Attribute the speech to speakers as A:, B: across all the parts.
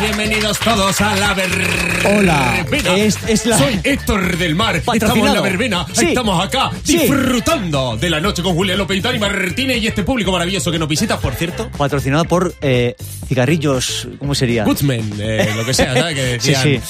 A: Bienvenidos todos a la verbena.
B: Hola, es- es la-
A: Soy Héctor del Mar. Estamos en
B: Patrocinado.
A: la verbena.
B: Sí.
A: Estamos acá
B: Sí.
A: disfrutando de la noche con Julia López y Martínez y este público maravilloso que nos visita, por cierto.
B: Patrocinado por eh, cigarrillos, ¿cómo sería?
A: Goodsman, eh, lo que sea, ¿sabes? Que
B: Sí,
A: decían.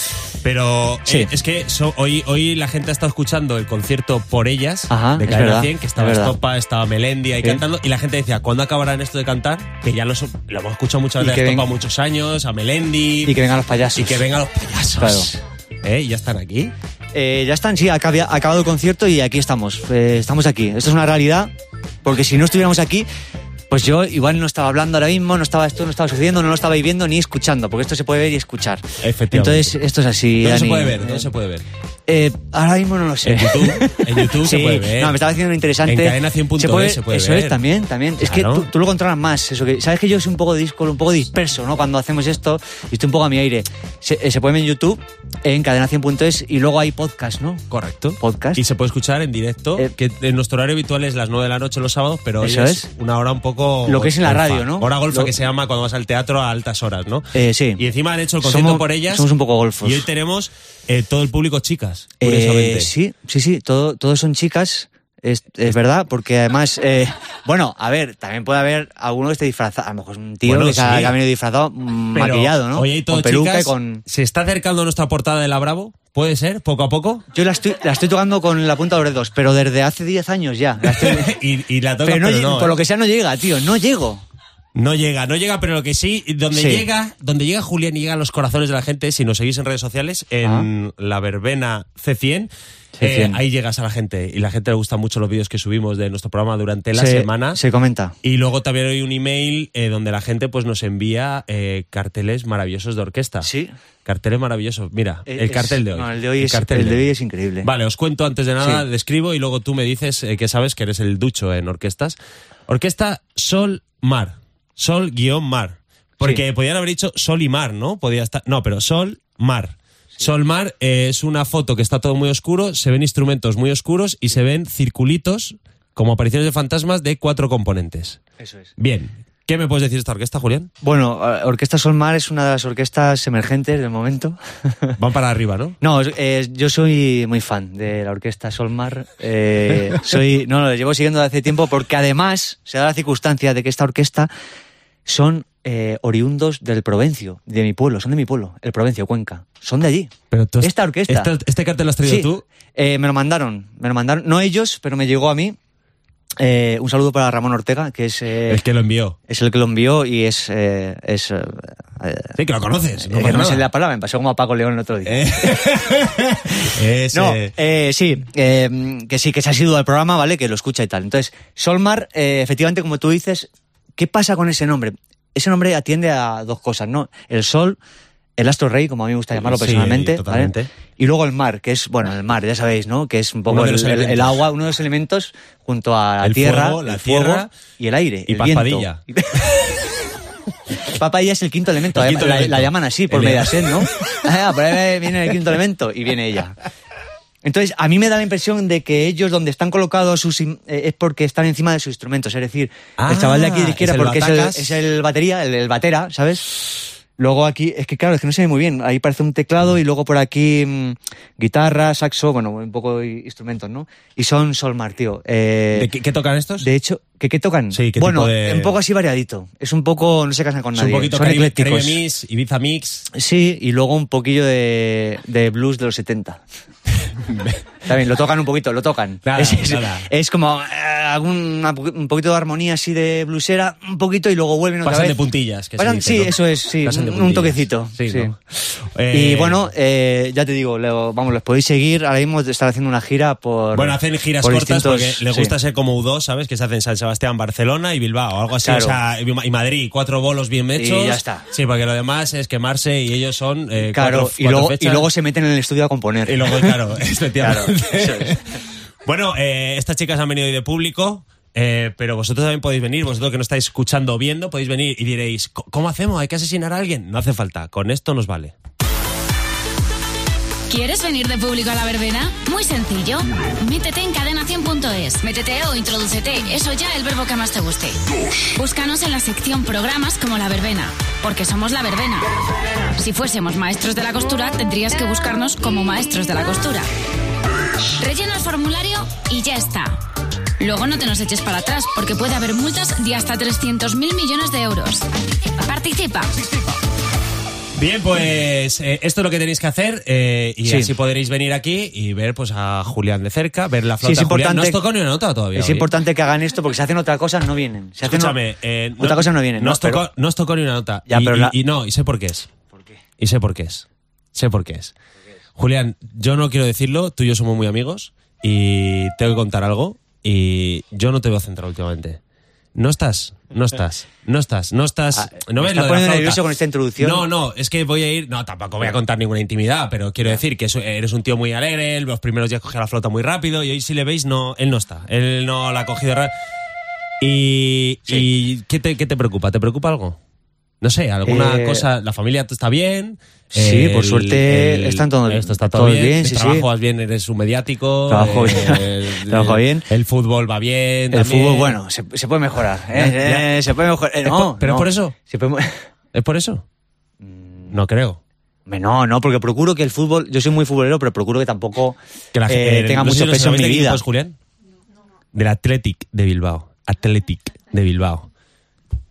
A: Pero eh,
B: Sí.
A: es que so- hoy, hoy la gente ha estado escuchando el concierto por ellas
B: Ajá,
A: de
B: es
A: Cadena
B: verdad,
A: 100, que estaba
B: es verdad.
A: Estopa, estaba Melendia y
B: Sí.
A: cantando. Y la gente decía, ¿cuándo acabarán esto de cantar? Que ya lo, so- lo hemos escuchado muchas
B: Y
A: veces a
B: que
A: Estopa
B: ven-
A: muchos años, a Melendi.
B: Y que vengan los payasos.
A: Y que vengan los payasos. ¿Eh? ¿Y ya están aquí?
B: Eh, ya están, sí, ha acabia- ha acabado el concierto y aquí estamos. eh, estamos aquí. Esto es una realidad, porque si no estuviéramos aquí, pues yo igual no estaba hablando ahora mismo, no estaba esto, no estaba sucediendo, no lo estaba viendo ni escuchando, porque esto se puede ver y escuchar.
A: Efectivamente.
B: Entonces, esto es así.
A: ¿Dónde se
B: Dani.
A: puede ver? ¿Dónde se puede ver?
B: Eh, ahora mismo no lo sé.
A: En YouTube. En YouTube se
B: Sí,
A: puede ver.
B: No, me estaba haciendo lo interesante.
A: En cadena 100.es
B: Se puede-
A: se puede
B: Eso
A: ver.
B: es, también, también. Es que
A: Claro.
B: tú, tú lo controlas más. Eso que, Sabes que yo soy un poco disco, un poco disperso, ¿no? Cuando hacemos esto, y estoy un poco a mi aire. Se, eh, se puede ver en YouTube, en cadena 100.es, y luego hay podcast, ¿no?
A: Correcto.
B: Podcast.
A: Y se puede escuchar en directo,
B: Eh,
A: que en nuestro horario habitual es las 9 de la noche los sábados, pero hoy
B: Eso
A: es
B: es.
A: una hora un poco...
B: Lo que es en la
A: golfa.
B: radio, ¿no?
A: Hora golfa
B: Lo-
A: que se llama cuando vas al teatro a altas horas, ¿no?
B: Eh, sí.
A: Y encima han hecho el concierto
B: Somos-
A: por ellas.
B: somos un poco golfos.
A: Y hoy tenemos eh, todo el público chicas,
B: Eh,
A: curiosamente.
B: sí, sí, sí. Todo, todos son chicas. Es, es verdad, porque además, eh, bueno, a ver, también puede haber alguno que esté disfrazado, a lo mejor es un tío
A: Bueno,
B: que, se ha,
A: sí.
B: que ha venido disfrazado, mm,
A: Pero
B: maquillado, ¿no?
A: Hoy hay todo
B: con peluca
A: chicas.
B: y con...
A: ¿Se está acercando nuestra portada de La Bravo? ¿Puede ser? ¿Poco a poco?
B: Yo la estoy, la estoy tocando con la punta de los dedos, pero desde hace 10 años ya. La estoy-
A: y, y la toca,
B: pero no, lle-
A: no, ¿eh?
B: por lo que sea no llega, tío, no llego.
A: No llega, no llega, pero lo que sí, donde
B: Sí.
A: llega, donde llega Julián y llega a los corazones de la gente, si nos seguís en redes sociales, en la verbena C100, eh,
B: C100.
A: ahí llegas a la gente. Y la gente le gustan mucho los vídeos que subimos de nuestro programa durante la
B: se,
A: semana.
B: Se comenta.
A: Y luego también hay un email eh, donde la gente pues nos envía eh, carteles maravillosos de orquesta.
B: Sí.
A: Carteles maravillosos. Mira,
B: Eh,
A: el
B: es-
A: cartel de hoy.
B: no, el de hoy es-
A: cartel
B: el de hoy es increíble.
A: Vale, os cuento antes de nada,
B: Sí.
A: describo y luego tú me dices eh, que sabes que eres el ducho en orquestas. Orquesta Sol Mar. Sol guión mar. Porque podían haber dicho Sol y Mar, ¿no? Podía estar. No, pero Sol Mar. Sol Mar eh, es una foto que está todo muy oscuro, se ven instrumentos muy oscuros y se ven circulitos como apariciones de fantasmas de cuatro componentes.
B: Eso es.
A: Bien. ¿Qué me puedes decir de esta orquesta, Julián?
B: Bueno, eh, Orquesta Solmar es una de las orquestas emergentes del momento.
A: Van para arriba, ¿no?
B: No, es- eh, yo soy muy fan de la orquesta Solmar. eh, soy, no, lo llevo siguiendo desde hace tiempo porque además se da la circunstancia de que esta orquesta son eh, oriundos del Provencio, de mi pueblo, son de mi pueblo, el Provencio, Cuenca. Son de allí.
A: Pero tú has-
B: esta orquesta.
A: esta- este cartel lo has traído
B: Sí,
A: tú.
B: eh, me lo mandaron, me lo mandaron, no ellos, pero me llegó a mí. Eh, un saludo para Ramón Ortega, que es, eh,
A: El que lo envió.
B: es el que lo envió y es... eh, es eh, eh,
A: Sí, que lo conoces. No
B: eh,
A: pasa
B: no me sé
A: nada.
B: la palabra, me pasó como a Paco León el otro día.
A: Eh, es,
B: No,
A: eh,
B: eh, sí, eh, que sí, que se ha sido al programa, ¿vale? Que lo escucha y tal. Entonces, Solmar, eh, efectivamente, como tú dices, ¿qué pasa con ese nombre? Ese nombre atiende a dos cosas, ¿no? El sol, el astro rey, como a mí me gusta llamarlo
A: Sí,
B: personalmente, ¿vale?
A: totalmente.
B: Y luego el mar, que es, bueno, el mar, ya sabéis, ¿no? Que es un
A: Uno
B: poco
A: de
B: el,
A: los
B: el- el
A: elementos.
B: agua, uno de los elementos, junto a la
A: El
B: tierra,
A: fuego, la
B: el fuego
A: tierra
B: y el aire,
A: y
B: el viento.
A: Paspadilla.
B: Papadilla es el quinto elemento,
A: El
B: además,
A: quinto
B: la,
A: elemento.
B: la llaman así, por
A: El-
B: Mediaset, ¿no? Ah, por ahí viene el quinto elemento y viene ella. Entonces, a mí me da la impresión de que ellos donde están colocados sus im- eh, es porque están encima de sus instrumentos. Es decir,
A: Ah,
B: el chaval de aquí de izquierda
A: es el
B: porque es el,
A: batacas.
B: es el batería, el, el batera, ¿sabes? Luego aquí, es que claro, es que no se ve muy bien. Ahí parece un teclado y luego por aquí mm, guitarra, saxo, bueno, un poco de instrumentos, ¿no? Y son Solmar, tío. Eh,
A: ¿de qué, qué tocan estos?
B: de hecho, ¿qué, qué tocan?
A: Sí, ¿qué
B: bueno,
A: tipo de-
B: un poco así variadito. Es un poco, no se casan con
A: es
B: nadie.
A: un poquito
B: Son
A: Caribe,
B: eclécticos.
A: Caribe Mix, Ibiza Mix.
B: Sí, y luego un poquillo de, de blues de los 70. También lo tocan un poquito, lo tocan.
A: Nada,
B: es, es-
A: nada.
B: es como eh, algún, una po- un poquito de armonía así de blusera, un poquito y luego vuelven otra
A: Pasan
B: vez.
A: de puntillas. Que se
B: Pasan-
A: dice,
B: sí,
A: ¿no?
B: eso es, sí,
A: Pasan de
B: un, un
A: puntillas.
B: toquecito.
A: Sí,
B: sí.
A: ¿no? Eh,
B: y bueno, eh, ya te digo, lo- vamos, los podéis seguir. Ahora mismo están haciendo una gira por.
A: Bueno, hacen giras
B: por
A: cortas porque
B: distintos-
A: les
B: sí.
A: gusta ser como U2, ¿sabes? Que se hacen San Sebastián, Barcelona y Bilbao, o algo así.
B: Claro.
A: O sea, y Ma- y Madrid, cuatro bolos bien hechos.
B: ya está.
A: Sí, porque lo demás es quemarse y ellos son. eh,
B: Claro,
A: cuatro-
B: y,
A: cuatro
B: luego, y
A: fechas.
B: luego se meten en el estudio a componer.
A: Y luego, claro, efectivamente.
B: Claro, eso es.
A: Bueno, eh, estas chicas han venido hoy de público, eh, pero vosotros también podéis venir, vosotros que no estáis escuchando o viendo, podéis venir y diréis, "Co- ¿cómo hacemos? ¿Hay que asesinar a alguien? No hace falta, con esto nos vale.
C: ¿Quieres venir de público a la verbena? Muy sencillo. Métete en cadena100.es. Métete o introdúcete, eso ya el verbo que más te guste. Búscanos en la sección programas como La Verbena, porque somos La Verbena. Si fuésemos maestros de la costura, tendrías que buscarnos como maestros de la costura. Rellena el formulario y ya está. Luego no te nos eches para atrás, porque puede haber multas de hasta 300.000 millones de euros. Participa.
A: Bien, pues eh, esto es lo que tenéis que hacer eh, y
B: Sí.
A: así podréis venir aquí y ver pues a Julián de cerca, ver la flota.
B: Sí, es
A: de Julián.
B: importante-
A: No has tocado ni una nota todavía.
B: Es
A: oye.
B: importante que hagan esto porque si hacen otra cosa no vienen. Si hacen
A: Escúchame, eh,
B: otra cosa no vienen.
A: No
B: no,
A: os tocó,
B: pero-
A: no os tocó ni una nota.
B: Ya,
A: y,
B: pero
A: y-
B: la-
A: y no, y sé por qué es. Y sé por qué es. Sé por qué es. Julián, yo no quiero decirlo, tú y yo somos muy amigos y tengo que contar algo y yo no te veo centrado últimamente. No estás, no estás, no estás, no estás.
B: Ah,
A: no
B: me
A: ves lo de
B: está
A: la
B: poniendo
A: flauta.
B: nervioso con esta introducción.
A: No, no, es que voy a ir. No, tampoco voy a contar ninguna intimidad, pero quiero decir que so- eres un tío muy alegre. Los primeros días cogía la flota muy rápido y hoy, si le veis, no, él no está. Él no la ha cogido. ra- ¿Y, y ¿qué, te, qué te preocupa? ¿Te preocupa algo? No sé, alguna
B: Eh,
A: cosa. ¿La familia está bien?
B: Sí, por suerte están todo-
A: esto está todo,
B: todo
A: bien.
B: bien, sí, sí.
A: trabajas bien, eres un mediático. Eh,
B: Trabajo bien. Trabajo bien.
A: El fútbol va bien.
B: El
A: también.
B: fútbol, bueno, se, se puede mejorar. ¿eh?
A: Ya, ya.
B: Eh, se puede mejorar. eh,
A: Es
B: no,
A: por- pero
B: no.
A: por eso.
B: Se puede mo-
A: ¿Es por eso?
B: Mm.
A: No creo.
B: Hombre, no, no, porque procuro que el fútbol. Yo soy muy futbolero, pero procuro que tampoco
A: que la
B: eh,
A: eh,
B: tenga
A: no sé
B: mucho
A: si lo
B: peso en
A: sabéis
B: mi
A: de qué equipo
B: vida.
A: es, Julián? Del Athletic de Bilbao. Athletic de Bilbao.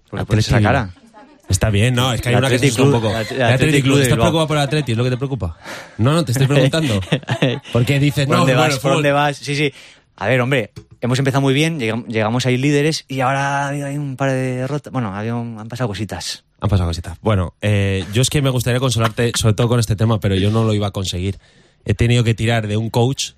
B: ¿Por qué pones
A: Athletic
B: esa
A: de
B: cara?
A: Bilbao. Está bien, no, es que hay
B: El
A: una que se
B: Athletic
A: asusta un
B: Club-
A: poco.
B: el Ath- el
A: El Athletic Club,
B: Club de
A: ¿estás
B: Bilbao.
A: preocupado por el Athletic? ¿Es lo que te preocupa? No, no, te estoy preguntando. Porque dices,
B: ¿Por
A: no,
B: dónde
A: bueno,
B: vas?
A: el
B: ¿Por dónde
A: fútbol-
B: vas? Sí, sí. A ver, hombre, hemos empezado muy bien, llegam- llegamos a ir líderes y ahora ha habido ahí un par de derrotas. Bueno, ha habido un- han pasado cositas.
A: Han pasado cositas. Bueno, eh, yo es que me gustaría consolarte, sobre todo con este tema, pero yo no lo iba a conseguir. He tenido que tirar de un coach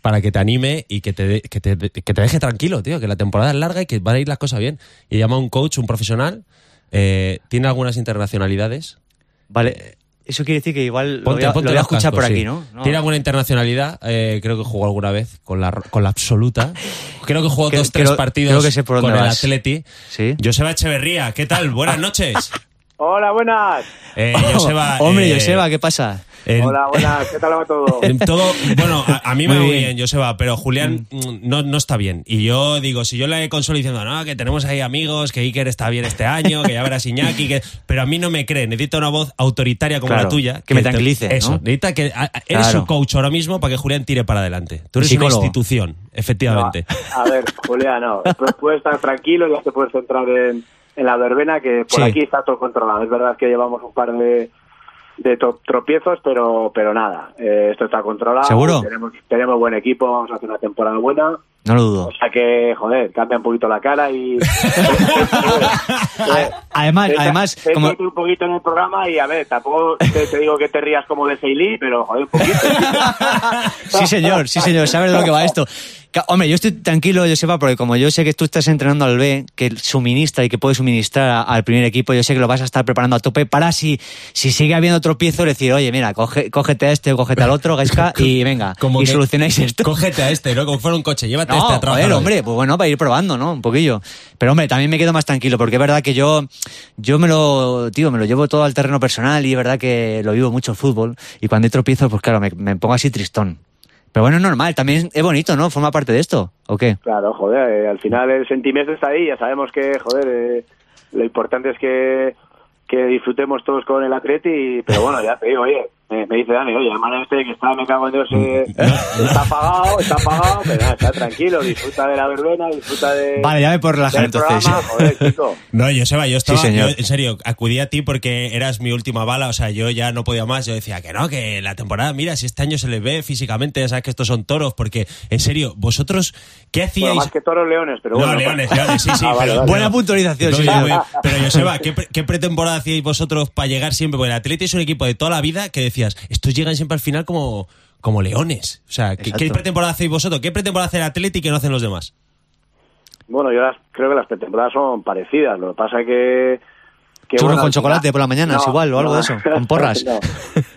A: para que te anime y que te, de- que te, de- que te deje tranquilo, tío, que la temporada es larga y que van a ir las cosas bien. Y llama a un coach, un profesional, eh, tiene algunas internacionalidades.
B: Vale, eso quiere decir que igual lo
A: Ponte,
B: voy a,
A: ponte
B: lo voy a
A: los
B: escuchar
A: cascos,
B: por
A: sí.
B: aquí, ¿no? No.
A: Tiene alguna internacionalidad, eh, creo que jugó alguna vez con la, con la absoluta. Creo que jugó
B: Creo-
A: dos, tres
B: creo-
A: partidos
B: creo que sé por dónde
A: con el
B: vas.
A: Atleti.
B: Sí.
A: Joseba Echeverría, ¿qué tal? Buenas noches.
D: Hola, buenas.
A: Eh, Joseba,
B: Hombre,
A: eh,
B: Joseba, ¿qué pasa?
A: en-
D: Hola, buenas. ¿Qué tal va todo?
A: En todo, bueno, a, a mí me va
B: Muy
A: muy
B: bien.
A: bien, Joseba, pero Julián mm, no, no está bien. Y yo digo, si yo le consolo diciendo, no, que tenemos ahí amigos, que Iker está bien este año, que ya verás Iñaki, que... pero a mí no me cree. Necesita una voz autoritaria como
B: Claro,
A: la tuya.
B: que me
A: te-
B: tranquilice,
A: Eso,
B: ¿no?
A: necesita que. a- a- eres
B: Claro.
A: su coach ahora mismo para que Julián tire para adelante. Tú eres una
B: Psicólogo.
A: institución, efectivamente.
D: No, a ver, Julián, no. Pues puedes estar tranquilo, ya te puedes centrar en, en la verbena, que por
B: Sí.
D: aquí está todo controlado. Es verdad que llevamos un par de, de to- tropiezos, pero pero nada. Eh, esto está controlado.
B: ¿Seguro?
D: Tenemos, tenemos buen equipo, vamos a hacer una temporada buena.
B: No lo dudo.
D: O sea que, joder, cambia un poquito la cara y.
B: A- Además,
D: Céntrate-
B: además, como,
D: céntrate un poquito en el programa y a ver, tampoco te, te digo que te rías como de Seilí, pero joder, un poquito.
B: sí, señor, sí, señor, sabes de lo que va esto. Ca- Hombre, yo estoy tranquilo, Joseba, porque como yo sé que tú estás entrenando al B, que suministra y que puede suministrar a- al primer equipo, yo sé que lo vas a estar preparando a tope para si, si sigue habiendo tropiezo, decir, oye, mira, coge- cógete a este, cógete al otro, Gaisca, y venga, y
A: que-
B: solucionáis esto.
A: Cógete a este, ¿no? Como fuera un coche, llévate a este
B: No,
A: a trabajar
B: joder,
A: hoy.
B: hombre, pues bueno, para ir probando, ¿no? Un poquillo. Pero hombre, también me quedo más tranquilo, porque es verdad que yo, yo me lo, tío, me lo llevo todo al terreno personal y es verdad que lo vivo mucho el fútbol. Y cuando hay tropiezos, pues claro, me, me pongo así tristón. Pero bueno, es normal, también es bonito, ¿no? Forma parte de esto, ¿o qué?
D: Claro, joder, eh, al final el sentimiento está ahí, ya sabemos que, joder, eh, lo importante es que, que disfrutemos todos con el atleti, y- pero bueno, ya te digo, oye, me, me dice Dani, oye, hermano este que está, me cago en Dios, eh, está apagado, está apagado, pero nada, está tranquilo, disfruta de la verbena, disfruta de...
B: Vale, ya me puedo relajar
D: del
B: entonces.
D: programa, joder, chico.
A: No, Joseba, yo estaba,
B: Sí, señor.
A: yo, en serio, acudí a ti porque eras mi última bala, o sea, yo ya no podía más, yo decía que no, que la temporada, mira, si este año se les ve físicamente, ya sabes que estos son toros, porque, en serio, vosotros, ¿qué
D: Bueno,
A: hacíais?
D: más que toros leones, pero
A: no,
D: bueno.
A: leones, leones, sí, sí.
D: Ah, vale,
A: pero-
D: vale.
A: pero-
B: Buena puntualización,
A: No,
B: sí,
A: yo-
B: señor.
A: yo- Pero, Joseba, ¿qué, pre- qué pretemporada hacíais vosotros para llegar siempre? Porque el Atleti es un equipo de toda la vida que decías, estos llegan siempre al final como, como leones. O sea, ¿qué, qué
B: Exacto.
A: pretemporada hacéis vosotros? ¿Qué pretemporada hace el Atleti que no hacen los demás?
D: Bueno, yo las- creo que las pretemporadas son parecidas. Lo que pasa que. que
B: Churros
D: al
B: con chocolate por la mañana, es igual, o algo de eso, con porras.
D: no,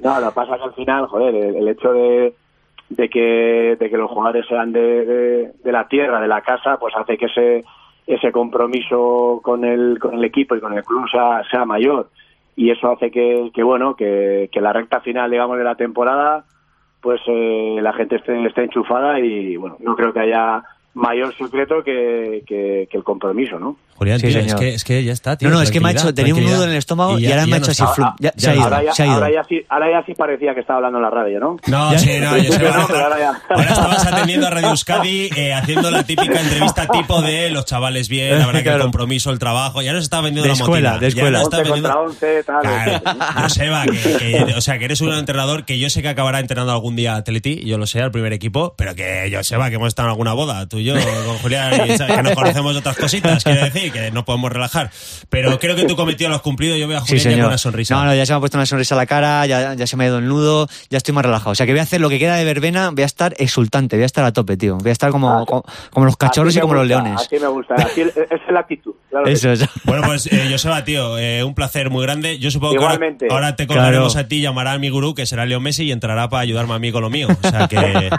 D: no, lo que pasa que al final, joder, el, el hecho de, de, que, de que los jugadores sean de, de- de la tierra, de la casa, pues hace que ese, ese compromiso con el, con el equipo y con el club sea, sea mayor. Y eso hace que, que bueno, que, que la recta final, digamos, de la temporada pues eh, la gente esté, esté enchufada y bueno, no creo que haya mayor secreto que, que, que el compromiso, ¿no?
A: Julián,
B: Sí,
A: tío, es
B: señor.
A: que, es que ya está, tío.
B: No, no, es que me ha
A: tranquilidad,
B: hecho- tenía un
A: tranquilidad.
B: nudo en el estómago y
A: ya-
B: ahora me
A: ya
B: ha
A: no
B: hecho así,
A: está.
B: flu- Ah, ya- se ha ido,
D: ahora, ya,
B: se ha ido.
D: ahora ya sí, ahora ya sí parecía que estaba hablando en la radio, ¿no?
A: No, sí, no, yo sé.
D: Pero no,
A: Ahora,
D: pero ahora ya.
A: ahora estabas atendiendo a Radio Euskadi eh, haciendo la típica entrevista tipo de los chavales bien, la verdad que el
B: Claro.
A: compromiso, el trabajo. Ya nos está vendiendo
B: De
A: la
B: escuela,
A: motina.
B: de
A: ya nos
B: escuela.
A: está
D: 11 contra
A: vendiendo-
D: 11, tal. este,
A: Claro,
D: etcétera.
A: Joseba, que, que- o sea, que eres un entrenador que yo sé que acabará entrenando algún día a Teleti, yo lo sé, al primer equipo, pero que Joseba, que hemos estado en alguna boda, tú y yo, con Julián, y, ¿sabes? que nos conocemos de otras cositas, quiero decir, que no podemos relajar. Pero creo que tu cometido lo has cumplido, yo veo a
B: Sí,
A: Julián ya
B: señor.
A: con una sonrisa.
B: No, no, ya se me ha puesto una sonrisa a la cara, ya, ya se me ha ido el nudo, ya estoy más relajado. O sea que voy a hacer lo que queda de verbena, voy a estar exultante, voy a estar a tope, tío. Voy a estar como,
D: Ah,
B: como, como los cachorros
D: Así
B: y
D: me
B: como los
D: gusta,
B: leones.
D: Así me gusta, así esa es la actitud. claro que sí.
B: Eso es.
A: Bueno, pues eh, Joseba, tío, eh, un placer muy grande. Yo supongo
D: Igualmente.
A: que ahora, ahora te colgaremos
B: Claro.
A: a ti, llamará a mi gurú, que será Leo Messi, y entrará para ayudarme a mí con lo mío. O sea, que,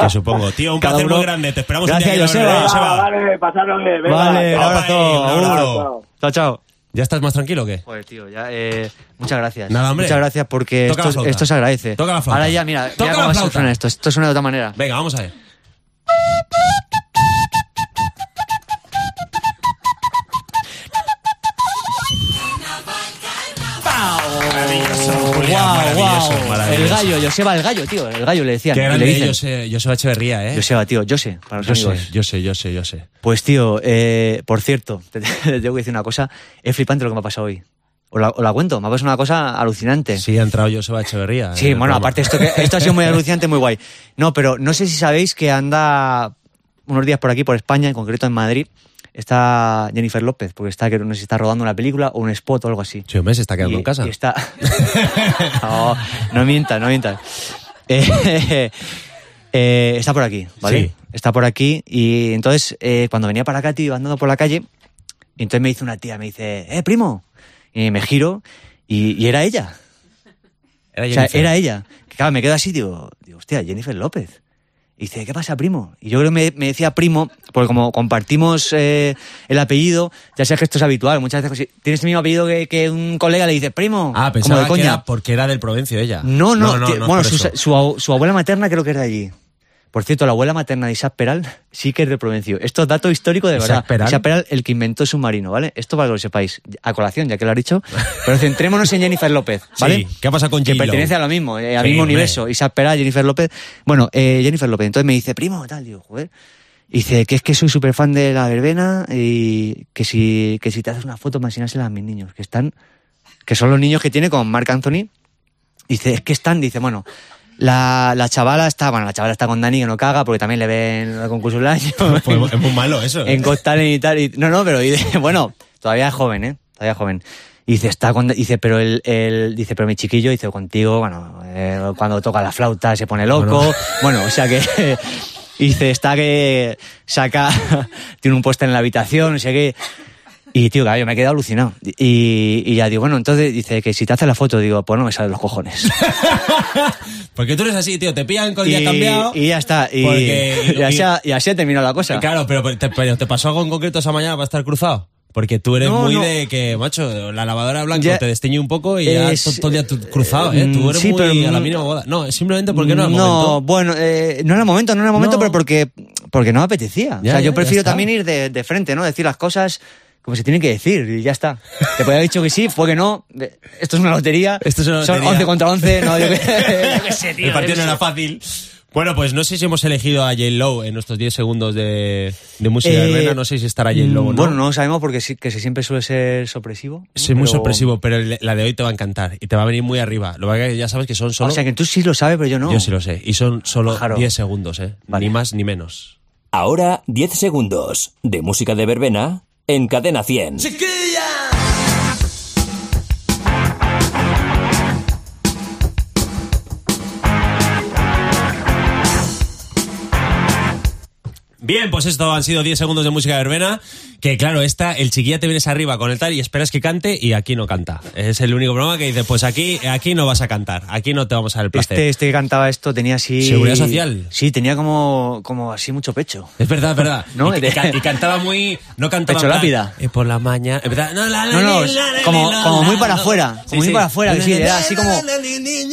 A: que supongo. Tío, un
B: Cada
A: placer
B: uno-
A: muy grande. Te esperamos
B: Gracias,
A: un día. aquí, la
B: Joseba.
A: verdad,
D: Ah, vale, pasaron bien. venga.
B: Vale, un
A: Opa, eh,
B: abrazo.
A: un abrazo.
B: Agur. Chao, chao.
A: ¿Ya estás más tranquilo o qué?
B: Joder, tío, ya, eh, muchas gracias.
A: Nada, hombre.
B: Muchas gracias porque
A: Toca la
B: esto,
A: flauta.
B: esto se agradece.
A: Toca la flauta.
B: Ahora ya, mira,
A: Toca
B: mira
A: la
B: cómo
A: flauta.
B: suena esto. Esto suena de otra manera.
A: Venga, vamos a ver. Maravilloso, Julián,
B: Guau,
A: maravilloso,
B: guau. El
A: maravilloso.
B: gallo, Joseba, el gallo, tío. El gallo le decían.
A: Qué
B: le
A: grande
B: dicen.
A: Jose- Joseba Echeverría, ¿eh?
B: Joseba, tío, Jose, para los
A: Jose,
B: amigos.
A: Jose, Jose, Jose.
B: Pues tío, eh, por cierto, te, te tengo que decir una cosa, es flipante lo que me ha pasado hoy. Os la, os la cuento, me ha pasado una cosa alucinante.
A: Sí, ha entrado Joseba Echeverría. eh,
B: Sí,
A: en el
B: bueno,
A: programa.
B: aparte esto, que, esto ha sido muy alucinante, muy guay. No, pero no sé si sabéis que anda unos días por aquí, por España, en concreto en Madrid, está Jennifer López, porque está, que no sé si está rodando una película o un spot o algo así.
A: Sí, hombre, se está quedando
B: Y-
A: en casa.
B: y está... no, no mientas, no mientas. Eh, eh, está por aquí, ¿vale?
A: Sí.
B: Está por aquí y entonces eh, cuando venía para acá, tío, iba andando por la calle, y entonces me dice una tía, me dice, eh, primo. Y me giro y, y era ella.
A: Era
B: O sea,
A: Jennifer.
B: era ella. Que, claro, me quedo así, digo, digo, hostia, Jennifer López. Y dice, ¿qué pasa, primo? Y yo creo que me, me decía primo, porque como compartimos eh, el apellido, ya sabes que esto es habitual. Muchas veces pues, si tienes el mismo apellido que, que un colega le dice, primo.
A: Ah,
B: como
A: pensaba
B: de
A: que
B: coña.
A: era porque era del Provencio ella.
B: No, no, ti-
A: es
B: bueno,
A: por
B: su,
A: eso.
B: su abu- su abuela materna creo que es de allí. Por cierto, la abuela materna de Isaac Peral sí que es de Provencio. Esto es dato histórico de
A: ¿Isaac
B: verdad.
A: Peral?
B: Isaac Peral, el que inventó el submarino, ¿vale? Esto para que lo sepáis. A colación, ya que lo ha dicho. Pero centrémonos en Jennifer López, ¿vale?
A: Sí, ¿qué ha pasado con
B: que
A: J-Lo?
B: pertenece a lo mismo, eh, al
A: Sí,
B: mismo
A: hombre.
B: universo. Isaac Peral, Jennifer López. Bueno, eh, Jennifer López. Entonces me dice, primo, tal, digo, joder. Y Dice que es que soy súper fan de la verbena y que si, que si te haces una foto para enseñársela a mis niños, que están, que son los niños que tiene con Marc Anthony. Dice, es que están, dice, bueno, la, la chavala está, bueno, la chavala está con Dani que no caga porque también le ven el concurso del año.
A: Pues es muy malo eso.
B: en Got Talent y tal. y- no, no, pero dice, bueno, todavía es joven, ¿eh? Todavía es joven. Y dice, está con, dice, pero el, el- dice, pero mi chiquillo, dice, contigo, bueno, eh, cuando toca la flauta se pone loco. Bueno, o sea que, dice, está que saca, tiene un póster en la habitación, o sea que, y tío, claro, yo me he quedado alucinado. Y, y ya digo, bueno, entonces dice que si te hace la foto, digo, pues no me salen los cojones.
A: Porque tú eres así, tío. Te pillan con el día cambiado.
B: y ya está. Y,
A: Porque-
B: y así, ha- y así ha terminado la cosa.
A: Claro, pero pero te, pero te pasó algo en concreto esa mañana para estar cruzado. Porque tú eres
B: No,
A: muy
B: no.
A: de que, macho, la lavadora blanca
B: Ya-
A: te desteñe un poco y ya
B: Es-
A: to- todo el día tú- cruzado, ¿eh? Tú eres
B: sí,
A: muy
B: pero-
A: a la mínima boda. No, es simplemente porque no era el momento.
B: bueno, eh, no era el momento, no era el momento,
A: No.
B: pero porque, porque no me apetecía.
A: Ya,
B: o sea,
A: ya,
B: yo
A: ya
B: prefiero
A: está.
B: también ir de, de frente, ¿no? Decir las cosas como se tienen que decir y ya está. Te podría haber dicho que sí, fue que no. De- Esto es una lotería.
A: Esto es una
B: Son
A: lotería.
B: 11 contra 11, no, yo qué yo qué sé, tío.
A: El partido no
B: yo qué
A: era
B: sé.
A: fácil. Bueno, pues no sé si hemos elegido a J. Lowe en nuestros 10 segundos de, de música
B: Eh,
A: de verbena. No sé si estará J. Lowe o no.
B: Bueno, no lo sabemos porque sí, que sí, siempre suele ser sorpresivo.
A: Sí,
B: ¿no?
A: muy
B: Pero-
A: sorpresivo, pero el- la de hoy te va a encantar y te va a venir muy arriba. Lo que pasa es que ya sabes que son solo.
B: O sea, que tú sí lo sabes, pero yo no.
A: Yo sí lo sé. Y son solo
B: Pájaro.
A: 10 segundos, ¿eh?
B: Vale.
A: Ni más ni menos.
E: Ahora 10 segundos de música de verbena en cadena 100.
A: Bien, pues esto han sido 10 segundos de música de verbena. Que claro, esta, el chiquilla te vienes arriba con el tal y esperas que cante y aquí no canta. Es el único programa que dice, pues aquí, aquí no vas a cantar, aquí no te vamos a dar el placer.
B: Este, este que cantaba esto tenía así.
A: Seguridad Social.
B: Sí, tenía como, como así mucho pecho.
A: Es verdad, es verdad.
B: No,
A: y,
B: de-
A: y ca- y cantaba muy. No cantaba.
B: Pecho
A: en plan,
B: lápida.
A: "Eh, por la mañana. Es verdad. No, la, la,
B: No, no,
A: la, la, la,
B: como-
A: la,
B: como
A: la,
B: muy para
A: la".
B: afuera, como muy para afuera, que sí, era así como-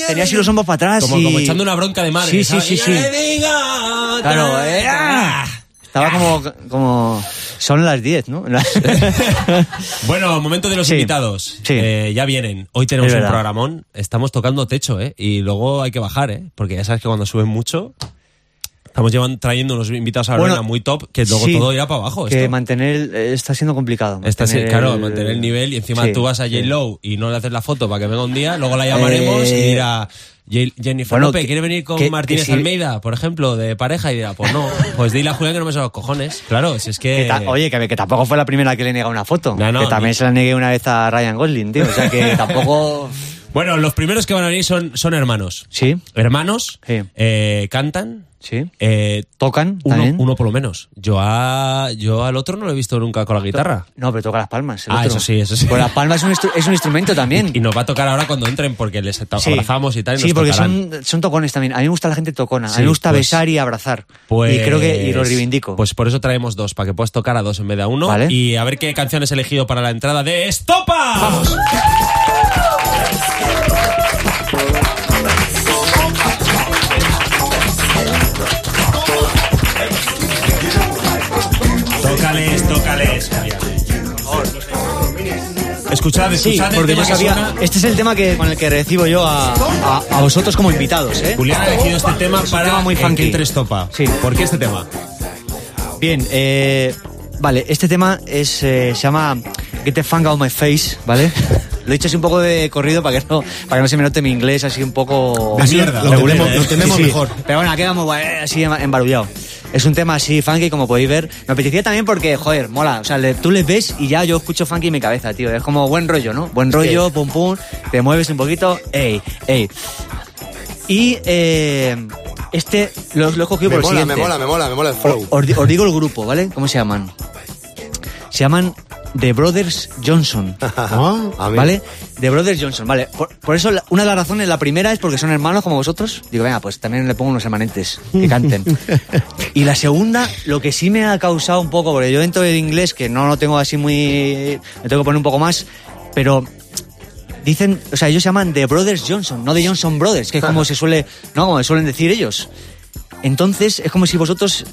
B: Tenía así los hombros para atrás.
A: Como,
B: y-
A: como echando una bronca de madre.
B: Sí,
A: ¿sabes?
B: sí, sí,
A: "Ya
B: sí.
A: le digo otra
B: Claro,
A: vez".
B: eh, ah. Estaba como, como. Son las 10, ¿no?
A: Bueno, momento de los
B: Sí.
A: invitados.
B: Sí.
A: Eh, ya vienen. Hoy tenemos
B: Es
A: un
B: verdad.
A: programón. Estamos tocando techo, ¿eh? Y luego hay que bajar, ¿eh? Porque ya sabes que cuando suben mucho. Estamos llevan, trayendo unos invitados a la
B: Bueno,
A: arena muy top, que luego
B: sí,
A: todo irá para abajo.
B: que
A: esto.
B: mantener. eh, Está siendo complicado.
A: Está así, claro,
B: el-
A: mantener el nivel y encima
B: Sí,
A: tú vas a
B: sí.
A: J. Low y no le haces la foto para que venga un día, luego la llamaremos y
B: Eh,
A: dirá "J- Jennifer
B: bueno,
A: López,
B: que-
A: ¿quiere venir con
B: que- que
A: Martínez
B: si-
A: Almeida, por ejemplo, de pareja? Y dirá, pues no, pues dile a Julián que no me son los cojones. Claro, si es
B: Que
A: que...
B: ta- oye, que, que tampoco fue la primera que le nega una foto.
A: No, no,
B: que también
A: ni-
B: se la negué una vez a Ryan Gosling, tío. O sea que tampoco.
A: Bueno, los primeros que van a venir son, son hermanos.
B: Sí,
A: Hermanos,
B: Sí.
A: eh, cantan,
B: sí.
A: eh,
B: Tocan
A: uno,
B: también.
A: uno por lo menos. Yo, a, yo al otro no lo he visto nunca con la guitarra.
B: No, pero toca las palmas. el
A: Ah,
B: otro.
A: eso sí, eso sí.
B: Pues las palmas es un, instru- es un instrumento también.
A: Y nos va a tocar ahora cuando entren porque les ta-
B: Sí.
A: abrazamos y tal. y
B: sí,
A: nos
B: porque
A: tocarán.
B: son, son tocones también. A mí me gusta la gente tocona. a
A: Sí,
B: mí me gusta
A: pues-
B: besar y abrazar.
A: Pues,
B: y creo que y lo reivindico.
A: Pues por eso traemos dos, para que puedas tocar a dos en vez de a uno.
B: Vale.
A: Y a ver qué canción has elegido para la entrada de Estopa. ¡Vamos! Tócales, tócales. Julián. Escuchad, escuchad.
B: Sí,
A: el
B: porque
A: tema
B: no
A: que
B: sabía.
A: suena.
B: Este es el tema que, con el que recibo yo a, a, a vosotros como invitados, ¿eh?
A: Julián ha elegido este tema
B: Es un
A: para
B: tema muy
A: eh,
B: funky.
A: que entre Estopa.
B: Sí.
A: ¿Por qué este tema?
B: Bien, eh, vale, este tema es, eh, se llama Get the Fang Out My Face, ¿vale? Lo he dicho así un poco de corrido para que no, para que no se me note mi inglés así un poco...
A: De mierda.
F: Lo
A: Regular,
F: tememos,
A: ¿eh?
F: lo tememos
B: Sí, sí.
F: mejor.
B: Pero bueno, queda muy guay, así em- embarullado. Es un tema así funky, como podéis ver. Me apetecía también porque, joder, mola. O sea, le- tú les ves y ya yo escucho funky en mi cabeza, tío. Es como buen rollo, ¿no? Buen rollo, pum pum, te mueves un poquito, ey, ey. Y eh, este lo, lo he cogido
F: Me
B: por
F: mola,
B: el
F: me
B: siguiente.
F: mola, me mola, me mola el flow.
B: Os, di- os digo el grupo, ¿vale? ¿Cómo se llaman? Se llaman The Brothers Johnson.
F: Ah, a mí.
B: ¿Vale? The Brothers Johnson, vale. Por, por eso, la- una de las razones, la primera es porque son hermanos como vosotros. Digo, venga, pues también le pongo unos hermanentes que canten. y la segunda, lo que sí me ha causado un poco, porque yo dentro del inglés, que no lo tengo así muy. Me tengo que poner un poco más, pero. Dicen, o sea, ellos se llaman The Brothers Johnson, no The Johnson Brothers, que es como se suele, no, como suelen decir ellos. Entonces, es como si vosotros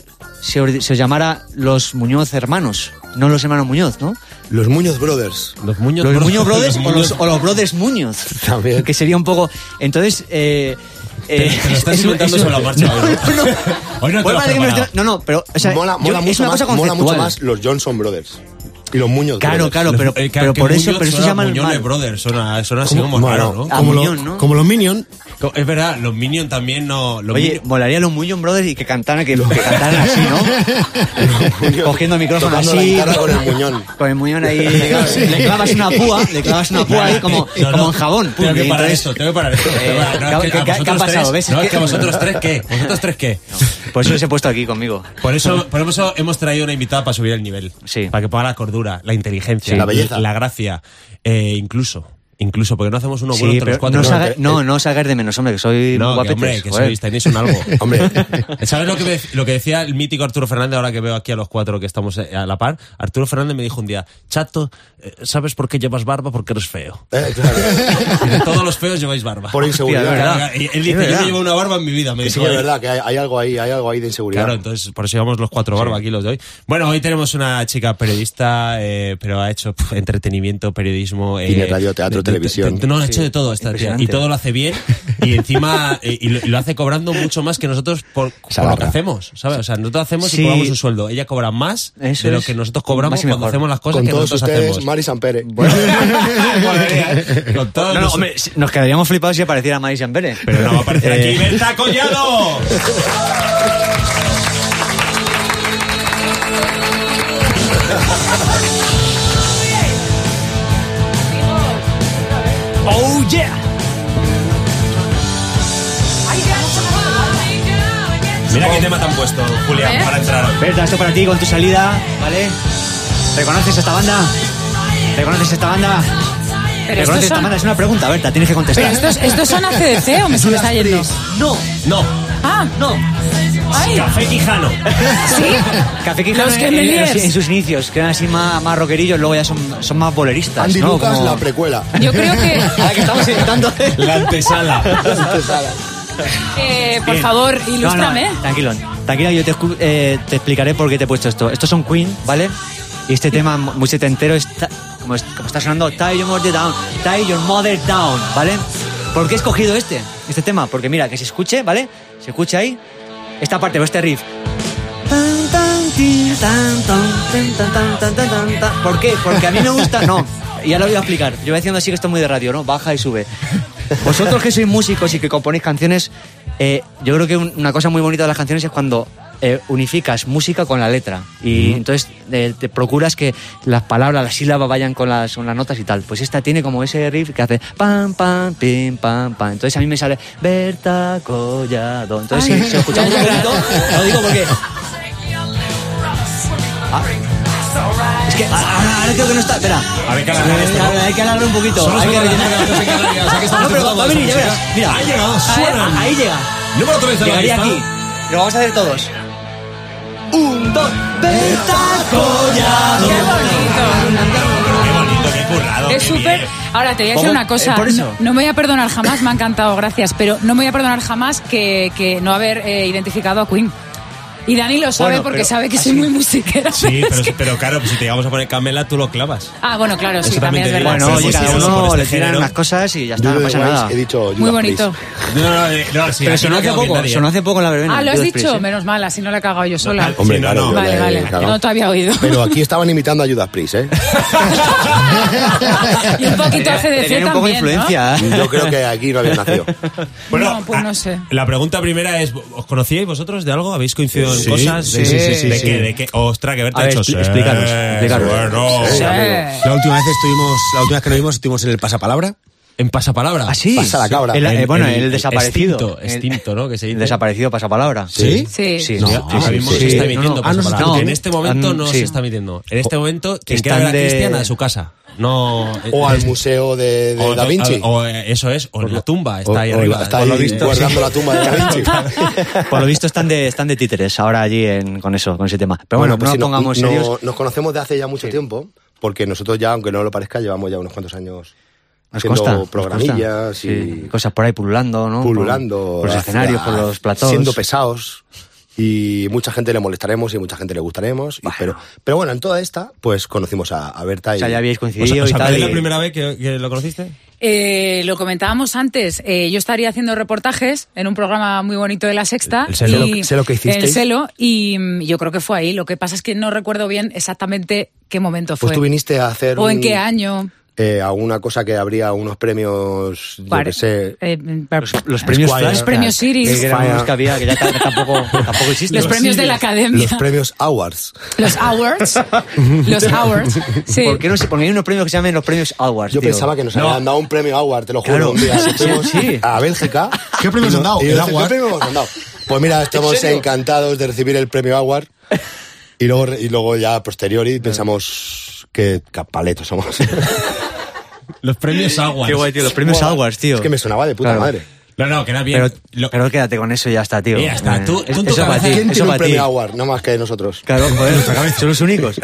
B: se os, se os llamara los Muñoz hermanos, no los hermanos Muñoz, ¿no?
F: Los Muñoz Brothers.
A: Los Muñoz
B: Los Muñoz Brothers o
A: Muñoz
B: los, o los Brothers Muñoz.
F: También.
B: Que sería un poco. Entonces. Eh, eh,
A: te lo estás
B: es un-
A: inventando
B: es un-
A: sobre la marcha,
B: No,
A: hoy,
B: no, no.
A: ¿no? Hoy no te
B: Hoy
A: lo has
B: parece que me lo
A: preparado.
B: estoy- no, no, pero. O sea,
F: mola,
B: yo-
F: mola,
B: es
F: mucho
B: una
F: más,
B: cosa
F: mola mucho
B: conceptual.
F: más los Johnson Brothers. Y los Muñoz
B: Claro,
F: Brothers.
B: claro, pero,
A: Eh, que-
B: pero
A: que
B: por eso,
A: Muñoz
B: pero eso se
A: suena
B: llama el
A: Muñoz de
B: mal.
A: Brothers, suena, suena así
F: Como,
A: como raro,
F: bueno,
A: ¿no?
B: Ah,
F: como, lo-
B: Muñoz, ¿no?
F: como los Minion.
A: Co- Es verdad, los Minion también no... Los
B: Oye,
A: Minion-
B: molaría los Muñoz Brothers y que cantaran, que, que cantaran así, ¿no? Cogiendo el micrófono
F: Tocando
B: así.
F: la guitarra con el muñón.
B: Con el muñón ahí. Le clavas una púa, le clavas una púa ahí como,
A: No, no,
B: como en jabón. pum,
A: Tengo que
B: y
A: parar
B: entonces-
A: esto, tengo que parar esto.
B: Eh,
A: Tengo que parar. No, es
B: ¿qué-
A: que a
B: qué- qué ha
A: vosotros
B: pasado?
A: tres-
B: ¿Ves?
A: No, es
B: ¿Qué-
A: que a vosotros tres, ¿qué? ¿Vosotros tres qué?
B: Por eso les pues he puesto aquí conmigo.
A: Por eso, por eso hemos traído una invitada para subir el nivel.
B: Sí.
A: Para que ponga la cordura, la inteligencia,
F: Sí. La belleza.
A: la gracia, eh, incluso. Incluso, porque no hacemos uno
B: Sí,
A: bueno entre
B: pero
A: los cuatro. No,
B: no, salga-
A: que-
B: no, no salgáis de menos, hombre, que soy
A: No, que,
B: guapete.
A: hombre, que sois, tenéis un algo.
F: Hombre,
A: ¿Sabes lo que, me- lo que decía el mítico Arturo Fernández ahora que veo aquí a los cuatro que estamos eh, a la par? Arturo Fernández me dijo un día, chato, eh, ¿sabes por qué llevas barba? Porque eres feo.
F: eh, claro.
A: Dice, Todos los feos lleváis barba.
F: Por inseguridad.
B: Hostia,
A: Claro,
B: verdad.
A: y Él dice,
B: Es
A: yo
B: verdad.
A: no llevo una barba en mi vida. Me
F: Que sí
A: dijo
F: que es
A: él.
F: verdad que hay, hay algo ahí, hay algo ahí de inseguridad.
A: Claro, entonces por eso llevamos los cuatro barba aquí los de hoy. Bueno, hoy tenemos una chica periodista, eh, pero ha hecho pf, entretenimiento, periodismo. eh,
F: Cine, radio,
A: de-
F: teatro,
A: de-
F: televisión.
A: de- no, ha hecho de todo esta tía. Y
B: impresionante.
A: todo lo hace bien. Y encima eh, y lo, y lo hace cobrando mucho más que nosotros por,
F: Esa
A: por lo que
F: barra.
A: hacemos. ¿sabes? O sea, nosotros hacemos y
B: Sí.
A: cobramos un sueldo. Ella cobra más
B: Eso
A: de lo
B: es.
A: que nosotros cobramos
B: Más y
A: cuando
B: mejor.
A: hacemos las cosas
F: Con
A: que
F: todos
A: nosotros
F: ustedes,
A: hacemos.
F: Mari Sampere.
A: Madre mía, Con todos
B: No, no,
A: los-
B: hombre, si- nos quedaríamos flipados si apareciera Madison Pérez.
A: Pero no va a aparecer
B: Eh,
A: aquí. ¡Berta Collado!
B: ¡Oh, yeah!
A: Me Mira qué tema te han puesto, Julián,
G: ¿Eh?
A: para entrar hoy.
B: Berta, esto para ti con tu salida, ¿vale? ¿Reconoces esta banda? ¿Reconoces esta banda?
G: Pero
B: ¿Reconoces
G: estos
B: esta
G: son,
B: banda? Es una pregunta, Berta, tienes que contestar.
G: pero estos, estos son ACDC o me se me está yendo.
B: No,
A: No,
G: Ah, no. Ay,
A: Café Quijano.
G: sí.
B: Café Quijano
G: Los que
B: en,
G: me
B: en-
G: líes.
B: en sus inicios, que eran así más, más rockerillos, luego ya son, son más boleristas,
F: Andy
B: pues, ¿no?
F: Lucas,
B: Como-
F: la precuela.
G: Yo creo que,
B: Ahora que estamos editando...
A: La antesala.
G: que, Eh, por
A: Bien.
G: favor,
B: No, no,
G: ilústrame.
B: tranquilo, tranquila, yo te, escu- eh, te explicaré por qué te he puesto esto. Estos son Queen, ¿vale? Y este tema mu- muy setentero está, como, es- como está sonando, Tie Your Mother Down, Tie Your Mother Down, ¿vale? ¿Por qué he escogido este, este tema? Porque mira, que se escuche, ¿vale? Se escuche ahí esta parte o este riff. Tan, tan, tin, tan, ton, tin, tan, tan, tan, tan, tan, tan. ¿Por qué? Porque a mí me gusta... No, ya lo voy a explicar. Yo voy diciendo así que esto es muy de radio, ¿no? Baja y sube. Vosotros que sois músicos y que componéis canciones, eh, yo creo que un- una cosa muy bonita de las canciones es cuando eh, unificas música con la letra. Y entonces eh, te procuras que las palabras, las sílabas vayan con las, con las notas y tal. Pues esta tiene como ese riff que hace pam, pam, pim, pam, pam. Entonces a mí me sale Berta Collado. Entonces
G: Ay.
B: si, si lo escuchamos un poquito, lo digo porque... Ah. Es que ah, ahora, ahora creo que no está... Espera.
A: A ver, que alargar esto, ¿no?
B: Hay que alargar un poquito.
A: Solo
B: hay que
A: son
B: rellenar.
A: las canciones en Canarias, o sea que estamos
B: No, pero va- va a venir, ya verás.
A: empezando
B: Mira,
A: esa música. Ha llegado,
B: A ver,
A: suenan.
B: Ahí llega.
A: Número 3 de la
B: Llegaría
A: lista.
B: aquí. Lo vamos a hacer todos. Un, dos, Berta Collado.
G: Qué bonito.
A: Qué bonito, qué currado.
G: Es
A: qué
G: súper.
A: bien.
G: Ahora te voy a decir
B: ¿Cómo?
G: una cosa.
B: Eh, por eso.
G: No, no me voy a perdonar jamás, me ha encantado, gracias. Pero no me voy a perdonar jamás que, que no haber eh, identificado a Queen. Y Dani lo sabe
B: Bueno,
G: porque
B: pero
G: sabe que
B: así-
G: soy muy musiquera.
A: Sí,
G: pero es
A: pero,
G: que-
A: pero claro, pues si te íbamos a poner Camela, tú lo clavas.
G: Ah, bueno, claro, sí,
A: Eso también
G: también es
A: te digo,
B: Bueno,
G: verdad.
A: Pero
B: oye,
A: sí,
B: cada
A: sí, sí,
B: uno
A: por
B: le
A: este
B: tiran
A: género.
B: unas cosas y ya
F: Yo eh,
B: está, no
F: de
B: pasa
F: Wise
B: nada.
F: He dicho
G: Muy
F: Judas
G: bonito.
F: Priest.
A: No, no,
H: eh,
A: no, no sí,
B: Pero
A: aquí
B: sonó
A: no queda
B: hace
A: bien
B: poco,
A: nadie.
B: sonó hace poco en la verbena.
G: Ah, lo has
B: Judas
G: dicho.
B: Priest, ¿eh?
G: Menos mal, así no la he cagado yo sola.
A: Sí, no,
F: Hombre, claro,
A: no.
F: yo la
G: Vale,
F: he
G: vale.
F: cagado.
G: No te había oído.
F: Pero aquí estaban imitando a Judas Priest, ¿eh?
G: y un poquito hace de
B: Tenían un poco de influencia. ¿eh?
F: Yo creo que aquí no había nacido.
G: No, pues no
A: a-
G: sé.
A: ah, La pregunta primera es, ¿os conocíais vosotros de algo? ¿Habéis coincidido en
F: Sí,
A: cosas?
H: sí,
A: de,
H: sí, sí,
A: de
H: sí.
A: qué, de qué? Ostras, que verte
B: A ver,
A: hecho.
B: expli-
A: sí,
B: explícanos, explícanos.
A: bueno.
G: Sí.
H: La última vez estuvimos, la última vez que nos vimos estuvimos en el pasapalabra.
A: En pasapalabra.
B: Ah, sí.
F: Pasa la cabra.
B: El- eh,
A: El-
B: bueno, el,
A: el
B: desaparecido.
A: extinto, extinto, ¿no? Que se dice.
B: El desaparecido pasapalabra.
H: ¿Sí?
G: Sí.
B: Sí.
A: No,
B: sí,
A: ahora
B: sí,
A: mismo
B: sí.
A: se está
B: No,
A: emitiendo
B: no,
A: pasapalabra.
B: ah, no,
A: Porque
B: no.
A: en este momento
B: Ah,
A: no
B: sí.
A: se está emitiendo. En este momento, quien
B: Están
A: quiera ver a
B: de-
A: Cristiana a su casa. No. eh,
F: O al museo de, de
A: o-
F: Da Vinci.
A: o- o, eh, eso es, o en la tumba,
F: O-
A: está ahí
F: o
A: arriba.
F: Está
A: Por
F: ahí
A: lo visto,
F: guardando la tumba de Da Vinci.
B: Por lo visto están de, están de títeres ahora allí en- con eso, con ese tema. Pero bueno,
F: pues
B: no
F: sí,
B: nos pongamos
F: no-
B: serios.
F: Nos conocemos de hace ya mucho tiempo, porque nosotros ya, aunque no lo parezca, llevamos ya unos cuantos años
B: Nos
F: haciendo
B: consta. nos
F: programillas
B: consta.
F: y
B: Sí, Cosas por ahí pululando, ¿no? Por-
F: pululando.
B: Por los
F: hacia-
B: escenarios, por los platós.
F: Siendo pesados. Y mucha gente le molestaremos y mucha gente le gustaremos. y- pero, pero bueno, en toda esta, pues conocimos a, a Berta y...
B: O sea, ya habíais
A: ¿Os-
B: coincidido
A: os
B: y tal.
A: acordáis
B: y-
A: la primera vez que, que lo conociste?
G: Eh, lo comentábamos antes, eh, yo estaría haciendo reportajes en un programa muy bonito de La Sexta.
A: El Celo.
G: y-
F: Sé lo que hicisteis.
G: El Celo, y mm, yo creo que fue ahí. Lo que pasa es que no recuerdo bien exactamente qué momento
F: Pues
G: fue.
F: tú viniste a hacer...
G: o en
F: un-
G: qué año.
F: eh, a una cosa que habría unos premios, yo
G: Cuare-
F: que sé...
G: eh, per-
B: Los, los premios
F: Squire.
B: Flash.
F: Los
G: premios Series.
B: Que eran
F: Fire.
B: unos que había, que ya t- tampoco, tampoco existen.
G: los premios de la academia.
F: Los premios Awards.
G: Los awards. los awards. Sí.
B: ¿Por qué no se- Porque hay unos premios que se llaman los premios Awards.
F: Yo
B: tío.
F: pensaba que nos
A: No.
F: habían dado un premio Award, te lo juro.
B: Claro.
F: Un día así
B: Sí,
F: fuimos
B: sí.
F: a Bélgica.
H: ¿Qué premios
F: Y
H: han dado?
F: y
H: ¿El
F: yo,
H: Award?
F: ¿Qué premios han dado? Pues mira, estamos
B: serio?
F: encantados de recibir el premio Award. Y luego, re- y luego ya a posteriori pensamos que capaletos somos.
A: Los premios Aguas.
B: Qué guay, tío. Los premios
F: Buah,
B: Awards, tío.
F: Es que me sonaba de puta
B: Claro.
F: madre.
A: No, no, que era bien.
B: Pero,
A: Lo-
B: pero quédate con eso y ya está, tío. Eh,
A: Ya está, tú- tú en tu
B: eso para
A: cabeza-
B: ti.
F: ¿Quién
B: Eso
F: tiene un
B: para ti.
F: premio Award? No más que nosotros.
B: Claro, joder, son los únicos.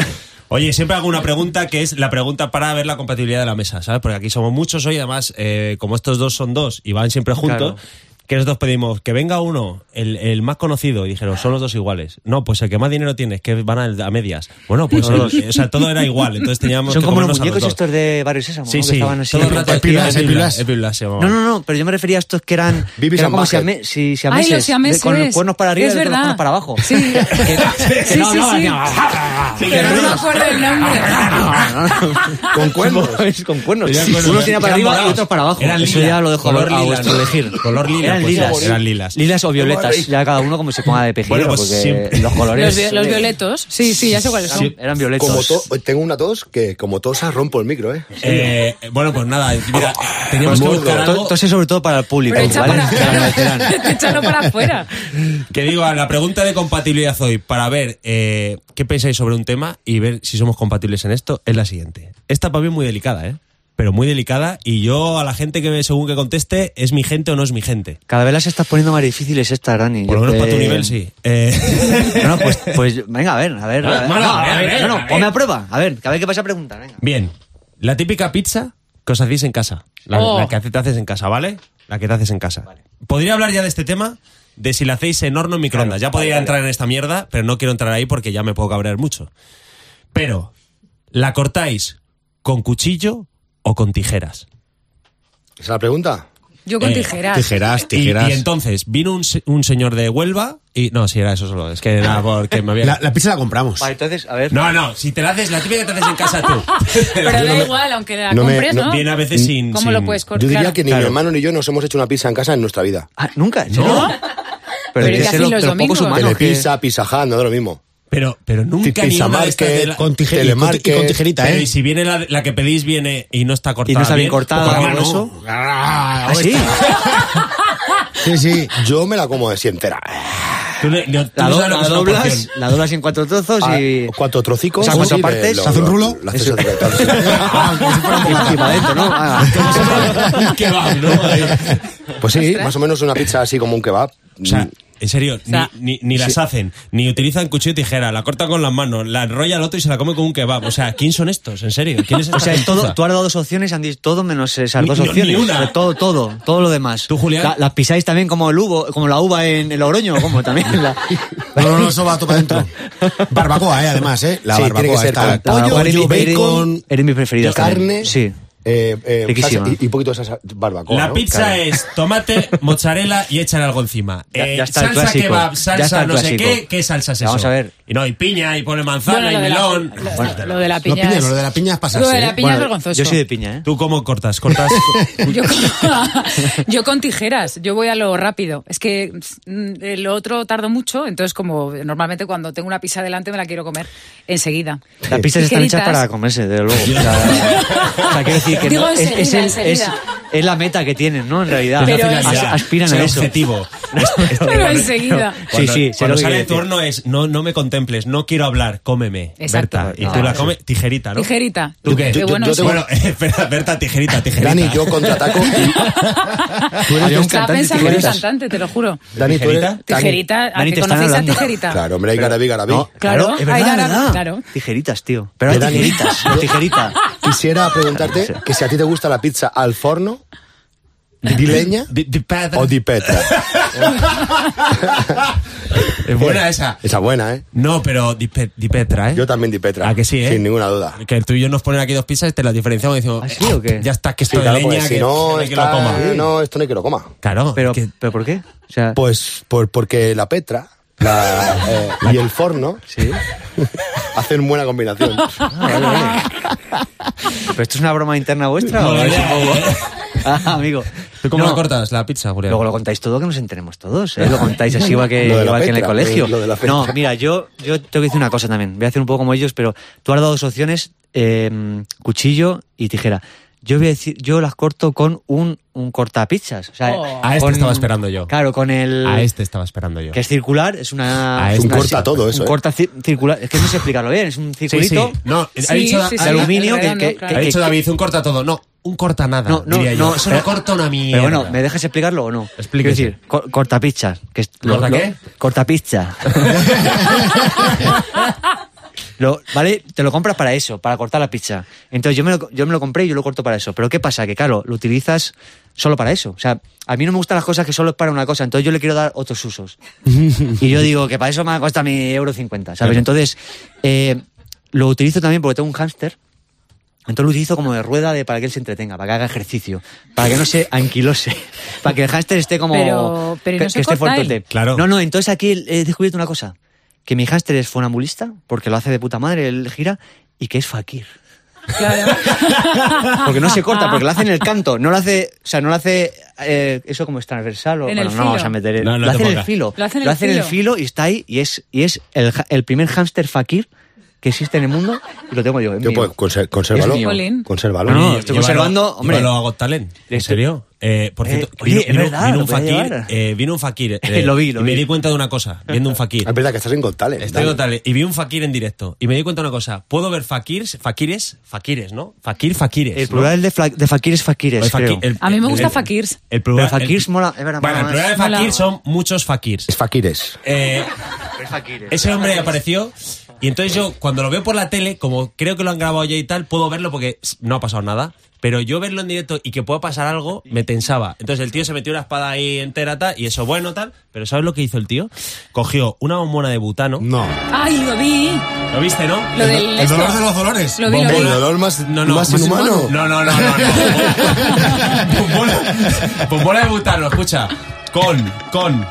A: Oye, siempre hago una pregunta que es la pregunta para ver la compatibilidad de la mesa, ¿sabes? Porque aquí somos muchos hoy, además, eh, como estos dos son dos y van siempre juntos,
B: Claro.
A: que nosotros pedimos que venga uno, el, el más conocido, y dijeron, son los dos iguales. No, pues el que más dinero tiene, es que van a, a medias. Bueno, pues
B: Son
A: los- o sea, todo era igual, entonces teníamos
B: Son
A: que
B: como los
A: comernos a
B: muñecos
A: dos.
B: estos de varios Sésamo,
A: Sí,
B: ¿no? que
A: sí,
B: estaban así.
A: todo el rato
H: Epiblas,
A: Epiblas,
H: epiblas.
A: Epiblas se llamaba.
B: No, no, no, pero yo me refería a estos que eran, que
F: Bibis
B: eran
F: and
B: como si,
F: Butt-head.
B: si,
G: Ay, los siameses.
B: con los cuernos para arriba
G: es
B: y con los
G: verdad.
B: cuernos para abajo.
G: Sí. sí, sí, sí. Pero no me acuerdo el nombre.
F: Con cuernos.
B: Es con cuernos.
A: Tenía cuernos.
B: Uno tenía
A: Eran
B: para arriba y
A: morados.
B: otro para abajo.
A: Eran
B: Eso
A: lila,
B: ya lo dejo a,
A: color
B: a
A: lila,
B: vuestro
A: ¿no?
B: elegir.
A: Color lila.
B: Eran
A: pues,
B: lilas.
A: Eran lilas.
B: Lilas o violetas, ya cada uno como se ponga de pejero,
A: Bueno, pues
B: porque
A: siempre.
B: los
G: Los,
B: colores
G: vi- los violetos. Sí, sí, ya sé cuáles son.
A: Sí.
B: eran violetos.
F: Como to- tengo una tos que como tosa rompo el micro, ¿eh?
A: Eh, bueno, pues nada, mira, teníamos que
F: Muy
A: buscar
F: bueno.
B: Oh, To-
A: algo.
B: Entonces, sobre todo para el público,
G: Pero echa
B: ¿vale?
G: para
B: Para los veteranos.
G: afuera. Échalo para afuera.
A: Que digo, a la pregunta de compatibilidad hoy, para ver eh, qué pensáis sobre un tema y ver si somos compatibles en esto, es la siguiente. Esta para mí es muy delicada, ¿eh? Pero muy delicada. Y yo a la gente que según que conteste, ¿es mi gente o no es mi gente?
B: Cada vez las estás poniendo más difíciles estas, Dani.
A: Por lo
B: Yo
A: menos
B: te-
A: para tu nivel, sí. Eh,
B: Bueno, pues, pues venga, a ver, a ver. a ver.
A: No, no,
B: No,
A: Ah, a ver,
B: a ver,
A: a ver,
B: no,
A: a
B: no,
A: ver.
B: ponme a prueba. A ver, que a ver qué vas a preguntar, venga.
A: Bien, la típica pizza que os hacéis en casa. La,
G: Oh.
A: la que te haces en casa, ¿vale? La que te haces en casa. Podría hablar ya de este tema, de si la hacéis en horno o microondas. ya podría entrar en esta mierda, pero no quiero entrar ahí porque ya me puedo cabrear mucho. Pero, ¿la cortáis con cuchillo o con tijeras?
F: ¿Esa es la pregunta?
G: Yo con
A: Eh,
G: tijeras.
H: Tijeras,
A: Y,
H: tijeras.
A: y entonces vino un, se- un señor de Huelva y... No, si era eso solo, es que era porque me había...
H: Ah. la, la pizza la compramos.
B: Vale, entonces, a ver.
A: No, no, si te la haces, la típica que te haces en casa tú.
G: Pero da igual, aunque la
F: no me-
G: compres,
F: no-
G: ¿no?
A: Viene a
H: Mm.
A: veces sin...
G: ¿Cómo lo
A: sin-
G: puedes cortar?
F: Yo diría que ni
A: Claro.
F: mi hermano ni yo nos hemos hecho una pizza en casa en nuestra vida.
B: Ah, nunca. ¿sí?
A: No.
G: Pero
B: debe
G: ¿qué
B: ser
G: hacen los
B: pero pocos
G: domingos?
B: humanos que-
F: Telepizza, Pizza Hut, no da lo mismo.
A: Pero, pero nunca
F: Pizza
A: ni una de estas
F: Market,
A: de la-
H: Con tije- y con-
F: Telemarket.
H: y con tijerita,
A: Pero
H: ¿eh?
A: y si viene la, la que pedís, viene y no está cortada.
B: Y no está bien cortada
A: Porque
B: o algo
A: no.
B: eso.
H: Ah,
B: ¿Ah, sí?
H: Sí, sí.
F: Yo me la como así entera. ¿eh?
A: Tú le- no- tú
B: La,
A: no
B: do-
A: sabes lo que
B: la
A: es una
B: doblas,
A: porción.
B: la doblas en cuatro trozos
F: Ah,
B: y...
F: cuatro trocicos.
B: O sea, cuatro
F: y le-
B: partes,
F: lo-
H: se hace un
F: lo-
H: rulo.
F: lo haces
B: Eso.
F: hacia atrás.
H: Ah, como si fuera un
B: Y- y para adentro, ¿no? Ah.
A: Como si fuera un kebab, ¿no? Ahí.
F: Pues sí, más o menos una pizza así como un kebab.
A: O sea, en serio, ni-
G: sea,
A: ni, ni las hacen, ni utilizan cuchillo y tijera, la corta con las manos, la enrolla al otro y se la come con un kebab. O sea, ¿quién son estos? ¿En serio? ¿Quién es esta
B: O sea, es todo,
A: gentuza?
B: tú has dado dos opciones, han dicho todo menos eh, esas
A: Ni-
B: dos
A: ni- ni
B: opciones.
A: una.
B: Pero Todo, todo, todo lo demás.
A: ¿Tú, Julián?
B: La- las pisáis también como el uvo, como la uva en el Logroño, como también. la-
H: No, no, no, eso va a tocar dentro. Barbacoa, eh, además, eh. La
F: Sí,
H: barbacoa
F: tiene que ser
H: está.
F: con
B: la
F: pollo,
B: barbacoa
F: yo,
B: eres mi-
F: bacon,
B: eres- eres mi preferida también.
F: Carne.
B: Sí.
F: eh, eh,
B: Riquísima.
F: salsa y, y un poquito de salsa barbacoa.
A: La
F: ¿no?
A: pizza
F: Claro.
A: es tomate, mozzarella y échale algo encima.
B: Ya-
A: Eh,
B: ya está el
A: salsa
B: clásico.
A: kebab,
B: Ya
A: salsa
B: está el
A: no sé
B: clásico.
A: qué, ¿qué salsa es eso?
B: Vamos a ver.
A: Y no, y piña, y pone manzana,
G: Bueno,
A: y
G: lo de la-
A: melón.
G: lo- Lo de la
H: Lo
G: piña.
H: piña,
G: es-
H: lo de la piña es pasarse.
G: Lo de la
H: eh.
G: piña es
B: Bueno,
G: vergonzoso.
B: Yo soy de piña, ¿eh?
A: ¿Tú cómo cortas? ¿Cortas?
G: Yo con, yo con tijeras, yo voy a lo rápido. Es que mm, eh, lo otro tardo mucho, entonces como normalmente cuando tengo una pizza delante me la quiero comer enseguida.
B: Las pizzas están hechas
G: Tijeritas.
B: para comerse, desde luego. O sea, o sea, quiero decir que
G: Digo
B: no, es,
G: enseguida,
B: es el-
G: enseguida.
B: es- es la meta que tienen, ¿no? En realidad.
A: Es la
G: Pero
A: finalidad,
B: As- aspiran
A: es
B: a
A: el
B: eso.
A: objetivo.
G: Pero enseguida.
A: Cuando-
B: sí,
A: Cuando
B: sí, sé lo
A: sale
B: que quiere
A: el
B: decir.
A: turno es no, no me contemples, no quiero hablar, cómeme.
G: Exacto.
A: Berta. Y
G: No,
A: tú la
G: sí.
A: comes tijerita, ¿no?
G: Tijerita.
A: ¿Tú qué?
G: Qué
F: Yo- yo-
G: bueno
F: yo
G: es.
F: tengo-
A: Bueno, espera, Berta, tijerita, tijerita.
F: Dani, yo contraataco.
B: Tú eres
H: Había
B: un
H: un
G: Estaba
B: cantante
G: pensando en
B: tijeritas.
G: cantante, te lo juro.
F: Dani, tú eres.
A: ¿Tijerita?
F: Dani-
G: Tijerita, ¿a
B: Dani,
G: que
B: te están
G: conocéis a
B: hablando.
G: tijerita?
F: Claro, hombre, hay garabí, garabí.
B: No,
G: Claro,
B: es
G: hay
B: verdad,
G: garabi,
B: verdad.
G: claro.
B: Tijeritas, tío. Pero ahora
F: Dani.
B: tijeritas, no tijerita.
G: Ah.
F: Quisiera preguntarte que si a ti te gusta la pizza al forno, di leña
A: Di- di pedra.
F: o di petra.
A: Es buena esa.
F: Esa buena, ¿eh?
A: No, pero di, pe- di Petra, ¿eh?
F: Yo también di petra.
A: Ah, que sí, ¿eh?
F: Sin ninguna duda.
A: Que tú y yo nos ponen aquí dos pizzas y te las diferenciamos y decimos,
B: ¿Ah, sí pues, o qué?
A: ya está, que
F: Sí,
A: esto
F: claro,
A: de leña,
F: porque
A: que,
F: si no,
A: que no hay que lo
F: está-
A: coma.
F: no, esto no hay que lo coma.
A: Claro,
B: eh, Pero,
A: que-
B: ¿Pero por qué? O sea,
F: Pues por, porque la Petra la, eh, y el forno
B: sí.
F: hacen buena combinación.
B: Ah, vale, vale. ¿Pero esto es una broma interna vuestra?
A: No,
B: o
A: la
B: es un
A: idea,
B: poco-
A: ¿eh?
B: Ah, amigo.
A: ¿Tú cómo
B: No,
A: la cortas la pizza, Julián?
B: Luego lo contáis todo, que nos enteremos todos. ¿eh? Lo contáis así igual que,
F: Lo de la
B: igual que en el
F: Petra,
B: colegio.
F: lo de la Petra.
B: no, mira, yo, yo tengo que decir una cosa también. Voy a hacer un poco como ellos, pero tú has dado dos opciones, eh, cuchillo y tijera. Yo voy a decir, yo las corto con un, un cortapizzas. O sea,
G: Oh.
A: A este
B: con-
A: estaba esperando yo.
B: Claro, con el...
A: A este estaba esperando yo.
B: Que es circular, es una...
A: A este.
F: Es un
A: Esta
F: corta
A: sí,
F: todo eso.
B: un
F: ¿eh?
B: corta cir- circular. Es que no sé explicarlo bien, es un
A: Sí, sí.
B: circulito.
A: No, ha
G: Sí,
A: dicho,
G: sí,
A: ha-
G: sí,
A: ha-
B: aluminio
G: el
B: que-
G: redondo,
B: que-
G: claro.
A: ha dicho David un corta todo. No, un corta nada.
B: No, no,
A: diría yo.
B: no.
A: Eso
B: pero-
A: no corta una mierda.
B: Pero bueno, ¿me dejas explicarlo o no? Quiero
A: Explíquese.
B: decir, co- cortapichas. Que es
A: ¿Corta qué?
B: Cortapizza. Lo- ¿Vale? Te lo compras para eso, para cortar la pizza. Entonces yo me, lo, yo me lo compré y yo lo corto para eso. Pero ¿qué pasa? Que claro, lo utilizas solo para eso. O sea, a mí no me gustan las cosas que solo es para una cosa. Entonces yo le quiero dar otros usos. y yo digo que para eso me cuesta mi euro cincuenta, ¿sabes? Entonces eh, lo utilizo también porque tengo un hámster. Entonces lo utilizo como de rueda de para que él se entretenga, para que haga ejercicio, para que no se anquilose, para que el hámster esté como
G: Pero- pero
B: que,
G: no se
B: que esté
G: corta
B: fuertote.
G: él.
A: Claro.
B: No, no, entonces aquí he descubierto una cosa, que mi hámster es funambulista porque lo hace de puta madre, él gira y que es fakir.
G: Claro.
B: Porque no se corta, porque lo hace en el canto, no lo hace, o sea, no lo hace eh, eso como es transversal o
G: En el
B: bueno, no
G: filo.
B: vamos a meter el-
A: No, no
B: lo
A: te
B: hace en el
A: pongas.
B: filo.
G: Lo hace en el filo.
B: y está ahí y es y es el, ja- el primer hámster fakir que existe en el mundo y lo tengo yo. es
F: Yo,
B: mío.
F: pues, conser- consérvalo.
B: Es mío.
G: Jolín.
F: Consérvalo.
B: No,
A: Oye,
B: estoy
A: llévalo-
B: conservando, hombre.
A: Llévalo a Got Talent. ¿En
B: Este-
A: serio? Eh, por
B: Eh,
A: cierto,
B: oye,
A: vino,
B: es
A: vino-
B: verdad,
A: vino
B: lo
A: un
B: podía
A: fakir.
B: llevar.
A: eh, vino un fakir. eh,
B: Lo vi, lo
A: y me
B: vi.
A: di cuenta de una cosa, viendo un fakir.
F: Es verdad que estás en Got Talent.
A: Estoy en
F: Dani.
A: Got Talent, Y vi un fakir en directo. Y me di cuenta de una cosa. Puedo ver fakirs, fakires, fakires, ¿no? Fakir, fakires.
B: El
A: ¿no?
B: plural de, fla- de fakir es fakires,
A: El faqui-
B: creo.
A: el-
G: A mí me gusta
A: el-
G: fakirs.
A: El plural.
B: Pero fakirs
A: el-
B: mola- es verdad,
A: Bueno,
B: mola
A: el plural de
B: más.
A: fakir
G: Mola.
A: son muchos fakirs.
F: Es Fakires.
A: Eh,
B: Es fakir,
A: ese hombre apareció y entonces yo cuando lo veo por la tele, como creo que lo han grabado ya y tal, puedo verlo porque pss, no ha pasado nada. Pero yo verlo en directo y que pueda pasar algo, me tensaba. Entonces el tío se metió una espada ahí entera tal, y eso bueno tal. Pero ¿sabes lo que hizo el tío? Cogió una bombona de butano.
H: No.
G: Ay, lo vi.
A: ¿Lo viste, no?
G: Lo del
H: El
G: esto.
H: dolor de los dolores.
G: Lo vi, lo
F: El
G: vi.
F: dolor más,
A: No, no,
F: más
A: más
F: inhumano.
A: No, no, no, no. no. Bombola, bombola de butano, escucha. Con, con.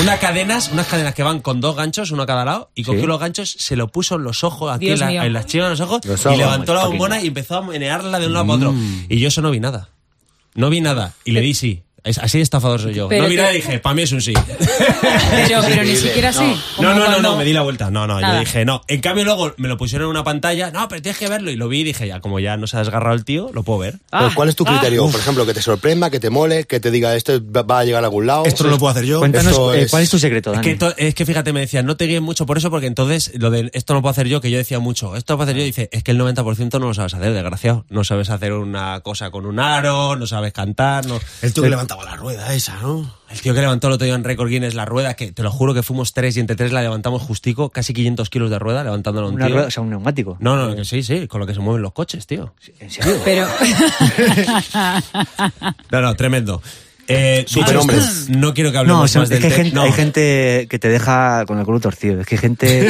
A: Unas cadenas, unas cadenas que van con dos ganchos, uno a cada lado, y cogió los ganchos, se lo puso en los ojos, aquí en,
G: Dios
A: la-
G: mío.
A: en las chivas de los ojos,
F: Los
A: y
F: ojos. Mm.
A: levantó la bombona y empezó a menearla de un lado para otro. Y yo eso no vi nada. No vi nada. Y le di sí. Es- Así de estafador soy yo.
G: Pero
A: no vi
G: que-
A: nada y dije, para mí es un sí.
G: Pero, pero ni siquiera así.
A: No,
G: Como
A: no, no,
G: cuando-
A: no, me di la vuelta. No, no,
G: Nada.
A: yo dije, no. En cambio, luego me lo pusieron en una pantalla. No, pero tienes que verlo. Y lo vi y dije, ya, como ya no se ha desgarrado el tío, lo puedo ver.
B: Ah,
F: Pero ¿Cuál es tu criterio? Por ejemplo, que te sorprenda, que te mole, que te diga esto va va a llegar a algún lado.
H: Esto no lo puedo hacer yo.
B: Cuéntanos
F: Esto
B: eh,
F: es-
B: cuál es tu secreto,
A: Es
B: Dani.
A: que, to- es que fíjate, me decían, no te guíes mucho por eso, porque entonces lo de esto no puedo hacer yo, que yo decía mucho, esto no puedo hacer yo, dice, es que el 90% no lo sabes hacer, desgraciado. No sabes hacer una cosa con un aro, no sabes cantar, no.
H: El tío que levantaba la rueda esa, ¿no?
A: El tío que levantó el otro día en récord Guinness la rueda, que te lo juro que fuimos tres y entre tres la levantamos justico, casi 500 kilos de rueda levantándolo a un
B: Una
A: tío.
B: rueda- o sea, un neumático.
A: No, no, que sí, sí, con lo que se mueven los coches, tío.
B: ¿En serio?
G: Pero
A: No, no, tremendo. Eh, dicho
F: Superhombres.
A: esto, No quiero que hablemos
B: No, o sea,
A: más
B: es que
A: del
B: hay
A: te-
B: gente,
A: no.
B: hay gente que te deja con el culo torcido. Es que hay gente.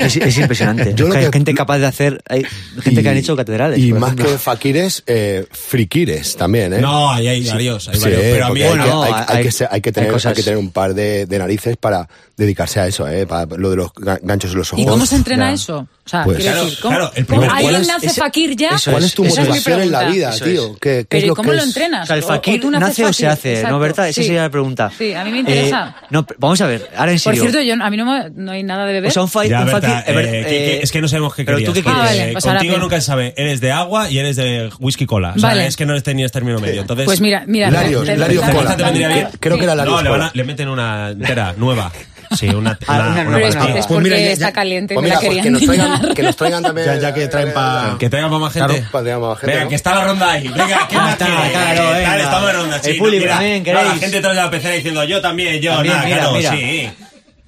B: es, es impresionante.
F: Yo
B: Es
F: lo
B: que hay
F: que-
B: gente capaz de hacer. Hay gente que han
F: Y-
B: hecho catedrales.
F: Y
B: por
F: más
B: ejemplo.
F: que Fakires, eh, Friquires también, ¿eh?
A: No, ahí hay varios, hay
F: Sí,
A: varios. Pero a mí
F: porque hay,
B: no,
F: que,
B: no,
F: hay-
B: hay-
F: hay que ser- hay que
B: hay
F: tener,
B: cosas.
F: hay que tener un par de, de narices para dedicarse a eso, ¿eh? Para lo de los ga- ganchos en los ojos.
G: ¿y cómo se entrena
B: Ya.
G: eso? O sea,
F: Pues-
G: quiero
A: Claro,
G: decir, ¿cómo,
A: claro, el
G: cómo-
A: primer-
G: ahí
F: ¿Cuál es
G: donde hace
B: ese-
G: fakir ya?
B: eso
F: ¿Cuál es tu
B: Esa es mi
F: motivación en la
G: pregunta.
F: vida,
B: Eso
F: tío?
B: es.
F: ¿Qué, qué
G: Pero
F: es
G: ¿y
F: lo
G: cómo
F: que
G: lo
F: es?
G: entrenas?
B: O sea, el
G: Ah, ¿O-
B: fakir
G: o tú naces
B: nace o se
G: fakir?
B: hace,
G: Exacto.
B: ¿no, Berta? Esa
G: Sí.
B: sería la pregunta.
G: Sí, a mí me
B: Eh,
G: interesa.
B: no, pero vamos a ver, ahora en
G: Por
B: serio.
G: cierto, yo, a mí no, me- no hay nada de beber.
B: o sea, un, fa-
A: Ya,
B: un
A: Berta,
B: fakir. eh, ver-
A: eh, que- que-
B: eh,
A: es que no sabemos qué
B: Pero
A: querías.
B: tú qué
A: Javi.
B: quieres.
G: Ah, vale.
A: Eh,
G: pues ahora
A: contigo
G: bien.
A: nunca se sabe. Eres de agua y eres de whisky cola. O sea,
G: Vale.
A: es que no les tenías término medio. Entonces,
G: Pues mira, mira.
F: Larios,
G: te- te-
F: Larios
G: te-
F: Cola.
G: te- te-
A: Creo-
G: te-
F: creo que era la-
A: no,
F: Larios
A: le, van a-
F: cola.
A: le meten una entera nueva. Sí, una,
B: Ah,
A: una,
B: una
A: una
B: nueva.
G: Pero es,
A: pastilla.
G: es porque
H: Pues mira, ya-
G: está
H: ya-
G: caliente y
F: Pues
G: me
F: mira,
G: la
F: pues
G: querían
F: que, nos traigan,
G: dañar.
F: que nos traigan también.
H: Ya, ya que traen pa-
A: Que traigan para más
F: Claro,
A: gente.
F: pa- traigan para más gente,
A: Venga,
F: ¿no?
A: que está la ronda ahí. Venga, ¿qué
B: Ah,
A: más
B: está,
A: quieres?
B: claro,
A: Dale,
B: venga.
A: estamos en ronda,
B: El
A: sí, no,
B: público
A: mira,
B: también,
A: no, la
B: ¿queréis?
A: gente detrás de la pecera diciendo yo también, yo,
B: También,
A: nada,
B: mira,
A: claro,
B: mira. Pues
A: sí.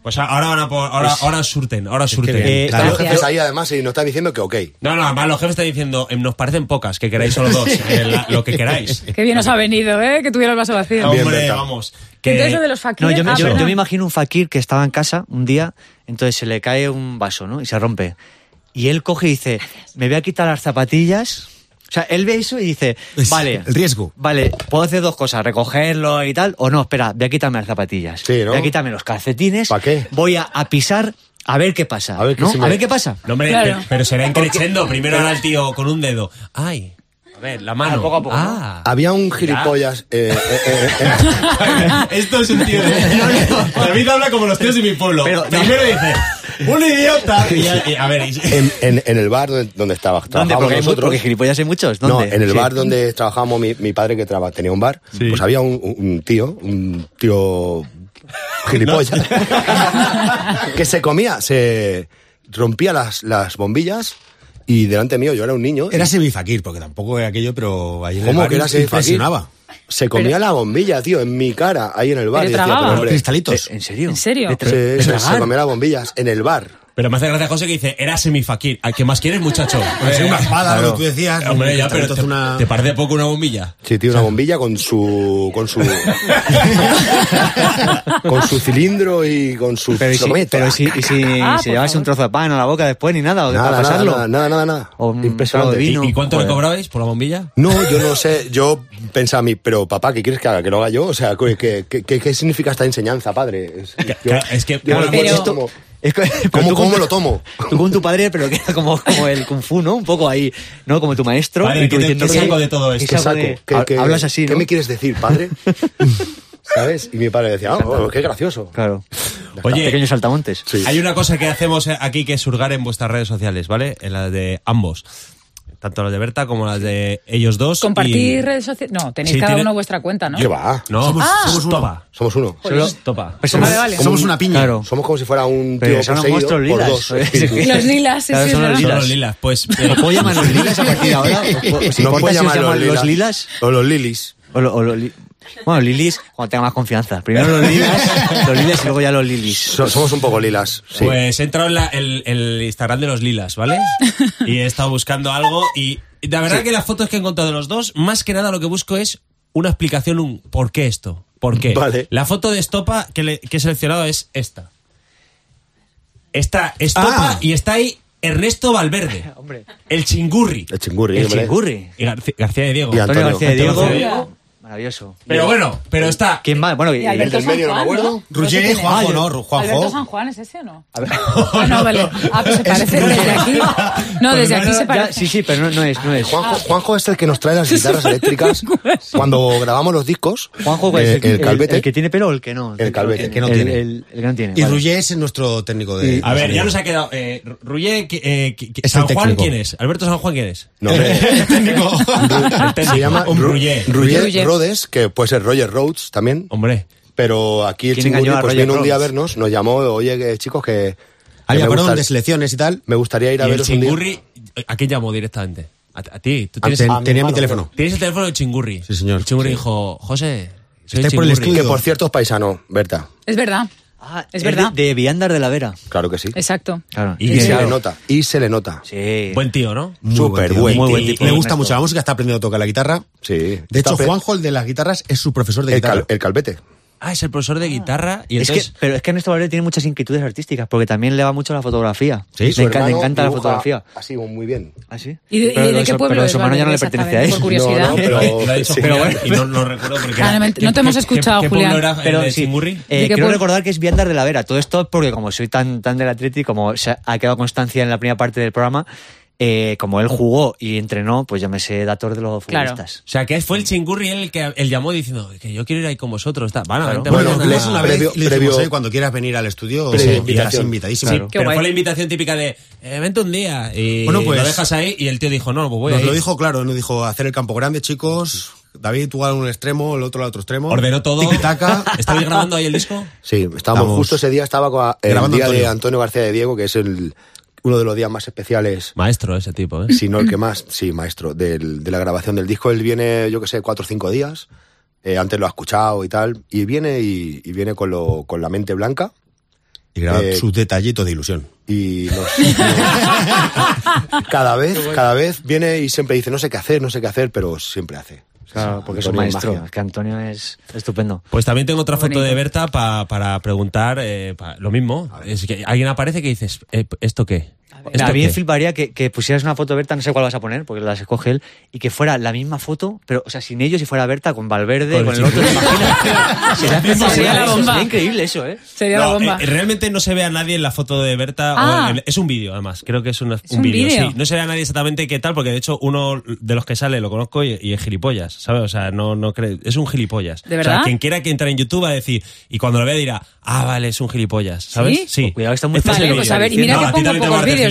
A: Pues a- ahora van a por, ahora, ahora surten, ahora surten.
H: bien,
A: Claro.
F: Los jefes
G: Gracias.
F: ahí además y nos están diciendo que ok.
A: No, no, además los jefes están diciendo, em, nos parecen pocas, que queráis solo dos, eh, la- lo que queráis.
G: Qué bien os ha venido, ¿eh? Que tuviera el vaso vacío.
F: Bien,
A: Hombre,
F: Berta.
A: vamos. Que,
G: Entonces lo de los
B: No,
G: fakires...
B: yo, me-
G: ah,
B: yo-
G: perdón.
B: yo me imagino un fakir que estaba en casa un día, entonces se le cae un vaso, ¿no? Y se rompe. Y él coge y dice, me voy a quitar las zapatillas. O sea, él ve eso y dice,
H: Es
B: vale.
H: el riesgo.
B: Vale, puedo hacer dos cosas, recogerlo y tal, o no, espera, voy a quitarme las zapatillas.
F: Sí, ¿no?
B: Voy a quitarme los calcetines.
F: ¿Pa qué?
B: Voy a, a pisar a ver qué pasa.
F: A ver qué
B: ¿no?
F: se me-
B: A ver qué pasa.
A: No, hombre,
G: Claro.
A: pero, pero será increchendo. Primero ahora el tío con un dedo. Ay, a ver, la mano.
B: Ah, poco a poco,
A: Ah.
F: Había un gilipollas. eh, eh, eh, eh,
A: Esto es un tío de... David habla como los tíos de mi pueblo.
B: Pero-
A: Primero dice, un idiota. Y ya- y a ver, y-
F: en, en- en el bar donde, donde estaba,
B: ¿Dónde?
F: trabajábamos
B: Porque, hay mu-
F: nosotros.
B: porque gilipollas hay muchos.
F: No,
B: ¿Dónde?
F: en el
B: Sí.
F: bar donde trabajábamos mi, mi padre que traba- tenía un bar, pues había un, un- un tío, un tío gilipollas, que se comía, se rompía las, las bombillas y delante mío, yo era un niño,
H: Era
F: y
H: semifakir, porque tampoco era aquello, pero ahí en el
F: ¿cómo
H: bar
F: que era ese
H: impresionaba.
F: fakir? Se comía la bombilla, tío, en mi cara, ahí en el bar.
G: Pero
F: y decía,
G: tragaba.
F: pero
H: Los
F: hombre, eh,
H: cristalitos.
B: ¿En serio?
G: ¿En serio?
B: ¿De tra-
F: se-
B: de
F: se, se
B: tragar?
F: comía las bombillas en el bar.
A: Pero me hace gracia José que dice, era semifakir. ¿A qué más quieres, muchacho?
H: Bueno, sí, una espada,
B: Claro.
H: lo que tú decías.
A: Hombre, ya,
H: un
A: pero te,
H: cristalito, una-
A: ¿te parece poco una bombilla?
F: Sí, tío, una bombilla con su. con su. con su cilindro y con su.
B: Pero y
F: se
B: si,
F: comía
B: pero
F: toda.
B: y si, y si
G: Ah,
B: se
G: por
B: llevase un
G: favor.
B: trozo de pan a la boca después ni nada, o para
F: Nada,
B: pasarlo.
F: nada, nada, nada, nada.
B: O un
F: Impresionante.
B: trago de
A: ¿Y,
B: vino.
A: y cuánto le
B: Joder.
A: cobrabais por la bombilla?
F: No, yo no sé, yo pensaba a mí, pero papá, ¿qué quieres que haga? ¿Que lo haga yo? O sea, ¿qué, qué, qué- qué significa esta enseñanza, padre? Es, yo-
A: Claro, es que-
F: yo
A: claro,
F: me acuerdo
G: pero-
F: como-
B: Es que- pero
F: ¿Cómo-
B: tú con
F: cómo
B: tu-
F: lo tomo?
B: Tú con tu padre, pero que era como, como el Kung Fu, ¿no? Un poco ahí, ¿no? Como tu maestro.
A: Padre,
B: y
A: ¿qué
B: tú
A: te-
B: diciendo,
A: qué saco de todo esto?
B: ¿qué
F: ¿Qué
B: saco
F: saco?
B: de-
F: ¿Qué-
B: ha-
F: qué-
B: hablas así,
F: ¿Qué
B: ¿no?
F: me quieres decir, padre? ¿Sabes? Y mi padre decía, ah, bueno, qué gracioso.
B: Claro.
A: Oye,
B: Pequeños saltamontes.
F: Sí.
A: Hay una cosa que hacemos eh, aquí que es hurgar en vuestras redes sociales, ¿vale? En las de ambos. Tanto las de Berta como las de ellos dos.
G: ¿Compartir
A: y-
G: redes sociales? Ah. No, tenéis
A: Sí,
G: cada
A: tiene-
G: uno vuestra cuenta, ¿no?
F: ¿Qué va?
A: No, somos,
H: somos uno.
A: topa.
F: Somos uno.
A: Solo topa.
B: Pues Somos-
G: Vale, vale.
H: Pues Somos una piña.
B: Claro.
F: Somos como si fuera un
B: Pero
F: tío
B: son los
F: poseído
B: monstruos
F: por
B: lilas.
F: dos.
B: ¿eh?
F: espíritus.
G: Los lilas, sí,
B: Claro,
G: sí,
B: son
G: es
B: los
G: verdad.
A: Solo
B: lilas.
A: lilas. Pues eh,
B: ¿Lo puedo llamar los lilas a partir de ahora? ¿Os
F: No
B: importa
F: puedes
B: Pues si os
F: llamarlos
B: llaman los lilas?
F: O los lilis.
B: O lo- o lo li- Bueno, lilis, cuando tenga más confianza. Primero los lilas, los lilas y luego ya los lilis.
F: So- somos un poco lilas. Sí.
A: Pues he entrado en la- el, el Instagram de los lilas, ¿vale? Y he estado buscando algo y la verdad que las fotos que he encontrado de los dos, más que nada lo que busco es una explicación, un por qué esto, por qué.
F: Vale.
A: La foto de Estopa que, le- que he seleccionado es esta. Está Estopa
H: Ah.
A: y está ahí Ernesto Valverde,
B: Hombre.
A: el chingurri
F: el chingurri.
B: El
F: hombre.
B: chingurri.
A: y Garci- García de Diego.
F: Y Antonio.
B: Antonio García de
A: Antonio García de
B: Diego. Maravilloso.
A: Pero bueno, pero está...
B: ¿Quién más? Bueno, y-
G: Y Alberto
F: del
G: San
F: medio, no me
G: Juan,
F: acuerdo.
G: ¿no?
H: Ruggeri,
G: No sé quién es.
H: Juanjo, ¿no? Ru- Juanjo.
G: Alberto San Juan, ¿es ese o no? Ah, no, vale. Ah, pues se parece desde aquí. No, desde aquí se
B: Ya,
G: parece.
B: sí, sí, pero no, no es, no es.
F: Juanjo, Juanjo es el que nos trae las guitarras eléctricas cuando grabamos los discos.
B: Juanjo, ¿cuál
F: eh,
B: es
F: el, calvete.
B: El, que tiene pelo o el que no.
F: El calvete.
H: El que no
B: el,
H: tiene.
B: El, el que no tiene.
H: Y
B: vale.
H: Ruggé es nuestro técnico de.
A: A ver, ya nos
H: sé.
A: ha quedado... Eh, Ruye, que- eh, que- que-
H: Es el
A: San Juan,
H: técnico.
A: ¿quién es? Alberto San Juan, ¿quién es?
F: No, hombre.
H: técnico.
A: El técnico,
F: Se llama
A: un
F: Ru-
A: Ruye.
F: Ruger
G: Ruger.
F: Rhodes, que puede ser Roger Rhodes también.
A: Hombre.
F: Pero aquí el
B: ¿Quién engañó
F: chingurri
B: a
F: pues
B: Roger
F: vino un día a
B: Rhodes?
F: vernos, nos llamó, oye, que, chicos, que... que
H: Había
F: me,
H: parón
F: gusta-
H: de selecciones y tal.
F: me gustaría ir a
A: Y el
F: veros un día.
A: chingurri, ¿a quién llamó directamente? A, a ti. Tú tienes,
H: Ten-
F: a mi
H: tenía mi
F: hermano,
H: teléfono.
A: tienes el teléfono del chingurri.
H: Sí, señor.
A: El chingurri
H: Sí.
A: dijo, José, soy
H: Estáis por el
A: chingurri.
F: Que
H: estudio.
F: por cierto es paisano, Berta.
G: Es verdad.
B: Ah,
G: Es verdad.
B: De, de Viandar de la Vera.
F: Claro que sí.
G: Exacto.
B: Claro.
A: Y
F: Y
A: que-
F: se
A: claro.
F: le nota, y se le nota.
B: Sí.
A: Buen tío, ¿no?
H: Muy
F: Súper
H: tío.
F: buen
B: Muy buen
H: tío.
B: tipo,
H: Le
B: Ernesto.
H: gusta mucho la música, está aprendiendo a tocar la guitarra.
F: Sí.
H: De
F: Está
H: hecho,
F: pe-
H: Juanjo, el de las guitarras, es su profesor de
F: El, cal-
H: guitarra.
F: el calvete.
A: Ah, es el profesor de guitarra. Y
B: Es que-
A: entonces,
B: pero es que Ernesto Valverde tiene muchas inquietudes artísticas porque también le va mucho la fotografía.
H: Sí,
B: le,
H: su
F: Su
B: encanta, le
F: hermano
B: encanta la
F: dibuja
B: fotografía.
F: Así, muy bien.
B: ¿Ah, sí?
G: ¿Y de,
B: Pero
G: y de
B: lo
G: qué
B: su-
G: pueblo
B: Pero
G: es
B: su hermano ya no le
G: Valverde
B: pertenece a
G: exactamente,
B: él.
G: Por curiosidad.
F: No, no, pero-
A: lo ha dicho
F: sí.
A: Julián
B: Pero bueno.
A: y no, no recuerdo porque...
G: Claramente, no te hemos escuchado,
A: ¿qué,
G: Julián.
A: ¿Qué pueblo era el
B: Pero
A: de
B: sí,
A: chingurri?
B: eh,
G: ¿De qué
B: quiero
G: pueblo?
B: recordar que es Viandar de la Vera. Todo esto porque como soy tan, tan del Atleti, como se ha quedado constancia en la primera parte del programa, eh, como él jugó y entrenó, pues ya me sé datos de los
G: Claro.
B: futbolistas.
A: O sea, que fue el chingurri el que él llamó diciendo que yo quiero ir ahí con vosotros. tal. Bueno, vente
H: Bueno,
A: mañana.
H: le hice una vez,
F: Previo-
H: y le dijimos,
F: previo-
H: "Oye, ¿eh? cuando quieras venir al estudio,
F: Previa
H: sí, estás
F: invitación.
H: invitadísimo.
B: Claro.
G: Qué
A: Pero
G: guay.
A: fue la invitación típica de, eh, vente un día y
H: Bueno, pues-
A: lo dejas ahí y el tío dijo, no, pues voy
H: Nos
A: a ir.
H: lo dijo claro, nos dijo hacer el campo grande, chicos. David, tú a un extremo, el otro al otro extremo.
A: Ordenó todo.
H: Tiki-taka.
A: ¿Estabais grabando ahí el disco?
F: Sí, estábamos
H: Estamos-
F: justo ese día, estaba con- el día
H: Grabando
F: de
H: Antonio.
F: Antonio García de Diego, que es el, uno de los días más especiales,
A: Maestro ese tipo, ¿eh?
F: si no el que más, sí, maestro, del- de la grabación del disco. Él viene, yo que sé, cuatro o cinco días, eh, antes lo ha escuchado y tal, y viene y, y viene con, lo, con la mente blanca
H: Y graba
F: Eh,
H: su detallito de ilusión.
F: y nos- cada vez, cada vez viene y siempre dice, no sé qué hacer, no sé qué hacer, pero siempre
G: ¿Este
F: hace.
B: Claro, porque es un
F: Antonio
B: maestro.
F: magia.
B: Es que Antonio es estupendo.
A: Pues también tengo otra foto
G: Bonito.
A: de Berta pa- para preguntar eh, pa- lo mismo. Es que alguien aparece que dices, eh, ¿esto qué? ¿Esto
B: A mí
A: qué?
B: me fliparía que, que pusieras una foto de Berta, no sé cuál vas a poner, porque las escoge él, y que fuera la misma foto, pero, o sea, sin ellos y fuera Berta, con Valverde,
A: Con
B: con, el otro.
A: el
B: ¿te imaginas? Sería espectacular
G: Sería la
B: eso,
G: bomba.
B: sería increíble eso, ¿eh?
G: Sería la
A: No,
G: bomba.
A: eh, realmente no se ve a nadie en la foto de Berta. o
G: Ah.
A: en el- es un vídeo, además. Creo que es, una-
G: un
A: un vídeo.
G: vídeo.
A: sí. No se ve a nadie exactamente qué tal, porque de hecho uno de los que sale lo conozco y, y es gilipollas, ¿sabes? O sea, no, no creo. Es un gilipollas.
G: ¿De
A: O sea,
G: verdad?
A: quien quiera que entre en YouTube va a decir, y cuando lo vea dirá, ah, vale, es un gilipollas, ¿sabes?
G: ¿Sí?
A: Sí.
B: Pues cuidado, está muy
A: Este es
G: Vale,
A: el
G: pues
A: vídeo.
G: a ver, y mira
A: No,
G: que
A: a ti
G: pongo
A: también te
G: pocos
A: guardas
G: vídeos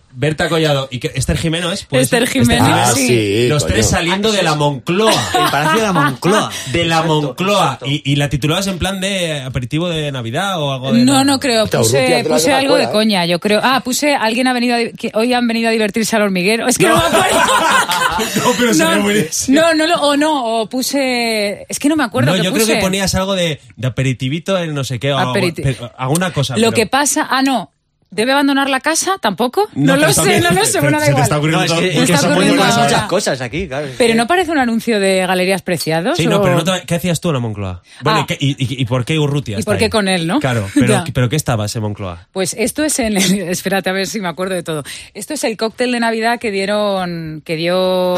A: Berta Collado y que- Esther Jimeno, ¿es? ¿Puede
G: Esther
A: ser?
G: Jimeno,
A: Jimeno.
G: Ah, sí.
A: Los
F: coño.
A: tres saliendo de la Moncloa.
B: El Palacio de la Moncloa.
A: De la
B: Exacto,
A: Moncloa.
B: exacto.
A: Y, y la titulabas en plan de aperitivo de Navidad o algo de.
G: No, no creo.
F: Está Urrutia
G: Puse,
F: atrás
G: puse
F: de la
G: algo de
F: cola, ¿eh?
G: coña, yo creo. Ah, puse alguien ha venido a di- que hoy han venido a divertirse al hormiguero. Es que no, me acuerdo.
A: No, pero sería
G: no,
A: buenísimo.
G: No, no lo- o no, o puse es que no me acuerdo
A: No,
G: qué
A: yo
G: puse.
A: creo que ponías algo de, de aperitivito en no sé qué o algo-
G: Aperiti-
A: pero alguna cosa.
G: Lo
A: pero-
G: que pasa, ah no, ¿Debe abandonar la casa? ¿Tampoco? No,
A: te
G: lo
A: está
G: sé, no
A: ocurriendo-
G: lo sé.
A: se
G: Bueno, da
A: te
G: igual.
A: está ocurriendo
B: No, es
A: todo-
B: que- es
A: que
G: está
A: son muy
G: ocurriendo
A: buenas
G: muchas
A: horas.
B: muchas cosas aquí, claro.
G: Pero no parece un anuncio de Galerías Preciados.
A: Sí, no,
G: o-
A: pero no te- ¿qué hacías tú en la Moncloa? Bueno,
G: Ah.
A: ¿y, qué- y, y- y por qué Urrutia?
G: ¿Y
A: está
G: por qué
A: ahí?
G: con él, no?
A: Claro, pero,
G: Ya.
A: pero ¿qué estabas en Moncloa?
G: Pues esto es el, espérate a ver si me acuerdo de todo. Esto es el cóctel de Navidad que dieron, que dio,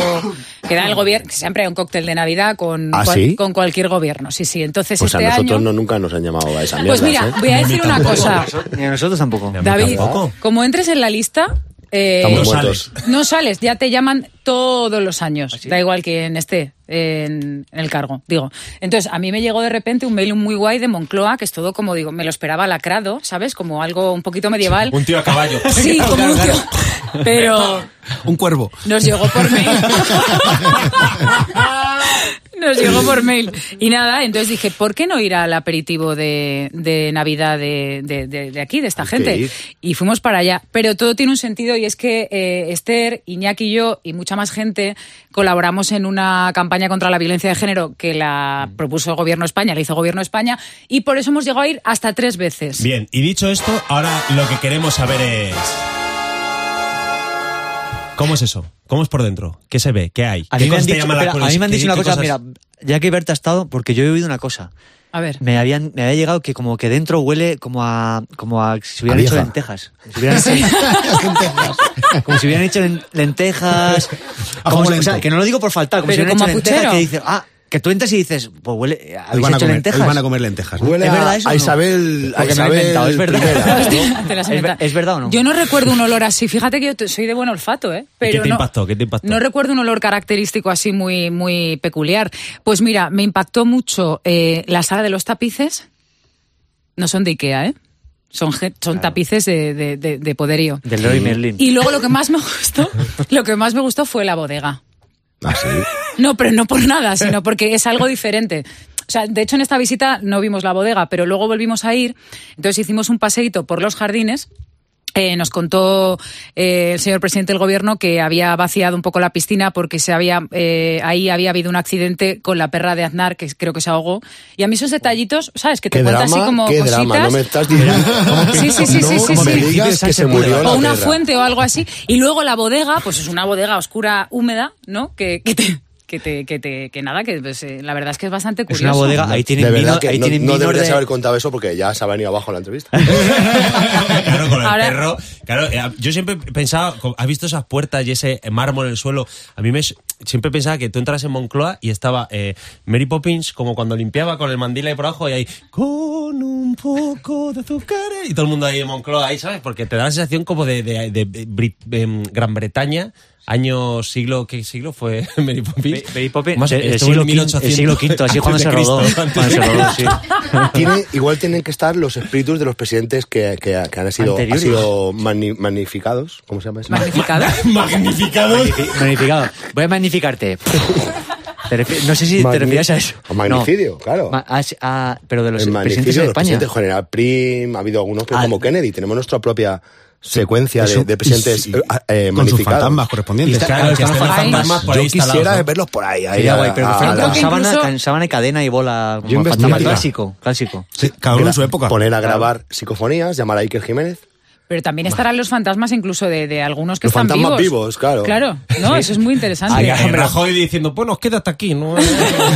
G: que da el gobierno. que Siempre hay un cóctel de Navidad con,
F: ¿Ah,
G: cual-
F: sí?
G: con cualquier gobierno. Sí, sí. Entonces
F: Pues a
G: este
F: nosotros
G: año.
F: no, nunca nos han llamado a esa mierda. ¿eh?
G: pues mira, voy a decir una cosa,
B: Ni a nosotros tampoco.
A: Ya.
G: David.
A: Tampoco.
G: Como entres en la lista. eh,
F: Estamos
A: No
F: muertos.
G: no sales, ya te llaman todos los años, da igual quién esté en, en el cargo, digo. Entonces, a mí me llegó de repente un mail muy guay de Moncloa, que es todo como, digo, me lo esperaba lacrado, ¿sabes? Como algo un poquito medieval.
A: Un tío a caballo.
G: Sí, como un tío. Pero
H: Un cuervo.
G: nos llegó por mail. Nos llegó por mail. Y nada, entonces dije, ¿por qué no ir al aperitivo de, de Navidad de, de- de- de aquí, de esta
F: Hay que
G: gente?
F: ir.
G: Y fuimos para allá. Pero todo tiene un sentido y es que eh, Esther, Iñaki y yo y mucha más gente colaboramos en una campaña contra la violencia de género que la propuso el Gobierno de España, la hizo el Gobierno de España, y por eso hemos llegado a ir hasta tres veces.
A: Bien, y dicho esto, ahora lo que queremos saber es. ¿Cómo es eso? ¿Cómo es por dentro? ¿Qué se ve? ¿Qué hay?
B: A
A: ¿Qué
B: mí, me han
A: cosas te
B: dicho,
A: llaman la
B: espera, a mí me
A: curiosidad?
B: han dicho
A: ¿Qué-
B: una
A: qué
B: cosa, mira,
A: cosas-
B: ya que Berta ha estado, porque yo he oído una cosa.
G: A ver.
B: Me, habían, me había llegado que como que dentro huele como a, como a si hubieran
F: A
B: hecho
F: vieja.
B: lentejas. Si hubieran como si hubieran hecho len- lentejas.
H: Ajo
B: como si-
H: lento.
B: o sea, que no lo digo por faltar, como
G: Pero
B: si hubieran
G: como
B: hecho
G: a
B: lentejas
G: puchero.
B: que dices, ah, que tú entras y dices, pues huele,
H: Hoy
B: habéis
H: van, a
B: hecho
H: comer,
B: lentejas.
H: hoy van a comer lentejas. ¿no?
F: Huele
B: ¿Es verdad
F: a,
B: eso o
F: a
B: no?
F: Isabel,
B: Porque me
F: a
B: lo he
F: Isabel
B: inventado, es verdad.
F: primera, ¿no?
G: Te las
B: ¿Es
G: inventas.
B: ver- es verdad o no?
G: Yo no recuerdo un olor así. Fíjate que yo te- soy de buen olfato, ¿eh? Pero
A: te
G: no-
A: impactó? ¿Qué te impactó?
G: No recuerdo un olor característico así muy, muy peculiar. Pues mira, me impactó mucho eh, la sala de los tapices. No son de Ikea, ¿eh? Son, gen- son tapices de, de- de- de poderío.
B: Del Leroy Merlin.
G: Y luego lo que más me gustó, lo que más me gustó fue la bodega.
F: Ah, sí.
G: No, pero no por nada, sino porque es algo diferente. O sea, de hecho en esta visita no vimos la bodega, pero luego volvimos a ir, entonces hicimos un paseíto por los jardines. Eh, nos contó eh, el señor presidente del gobierno que había vaciado un poco la piscina porque se había eh, ahí había habido un accidente con la perra de Aznar que creo que se ahogó y a mí esos detallitos sabes que te
F: Qué
G: cuenta
F: drama,
G: así como
F: qué
G: cositas
F: drama. No me estás diciendo.
G: Sí, sí, sí,
F: No,
G: sí, sí,
F: como
G: sí.
F: me digas que se murió la
G: o una
F: perra.
G: fuente o algo así. Y luego la bodega, pues es una bodega oscura, húmeda, ¿no? Que, que te... Que, te, que, te, que nada, que pues, eh, la verdad es que es bastante
B: Es
G: curioso.
B: una bodega, ahí
F: De
B: tienen
F: verdad
B: vino,
F: que
B: ahí
F: no,
B: tienen
F: no
B: vino
F: deberías
B: de-
F: haber contado eso porque ya se ha venido abajo en la entrevista.
A: claro, con el
G: Ahora-
A: perro. Claro, eh, yo siempre pensaba, co- ¿has visto esas puertas y ese mármol en el suelo? A mí me s- siempre pensaba que tú entras en Moncloa y estaba eh, Mary Poppins como cuando limpiaba con el mandil ahí por abajo y ahí con un poco de azúcar eh", y todo el mundo ahí en Moncloa ahí, ¿sabes? Porque te da la sensación como de, de- de- de Brit- em, Gran Bretaña. Año, siglo, ¿qué siglo fue Mary Poppins?
B: Mary Poppins,
A: Más,
B: el- eh, el
A: estuvo en
B: siglo quin- el siglo V, así es cuando
A: antes de
B: se rodó,
A: Cristo,
B: cuando se rodó, sí.
F: Tiene- igual tienen que estar los espíritus de los presidentes que, que- que han sido, han
B: Anteriores.
F: sido mani- magnificados. ¿Cómo se llama eso?
G: Magnificado.
A: Magnificado.
B: Magnifi- Magnificado. Voy a magnificarte. Te refi- no sé si te
F: Magni-
B: refieres a eso.
F: A magnicidio, claro.
B: Ma- a- a- pero de los
F: Eh, el
B: presidentes
F: magnificio
B: de
F: de los
B: España.
F: presidentes general Prim, ha habido algunos, pero
B: Ah.
F: como Kennedy, tenemos nuestra propia secuencia
H: Eso-
F: de, de presidentes
H: y- y-
F: eh, eh,
H: Con sus
F: magnificados.
H: fantasmas correspondientes.
A: Claro, es que están los
G: Ay,
A: fantasmas por
F: Yo
A: ahí instalados,
F: quisiera
A: ¿no?
F: verlos por ahí. ahí
B: Sería
F: a-
B: guay, pero
F: a-
B: que fuera
F: a-
G: creo
B: con
G: que
B: sábana,
G: incluso-
B: can- sábana, cadena y bola.
F: Yo
B: Como fantasma
F: investigaría.
B: clásico, clásico.
H: Sí, cada uno en su época.
F: Poner a grabar psicofonías, llamar a Iker Jiménez.
G: Pero también estarán los fantasmas incluso de, de algunos que
F: Los
G: están
F: fantasmas
G: vivos.
F: vivos, claro.
G: Claro, no, eso es muy interesante.
A: Ay, hombre, Rajoy diciendo, "Pues bueno, quédate aquí, ¿no?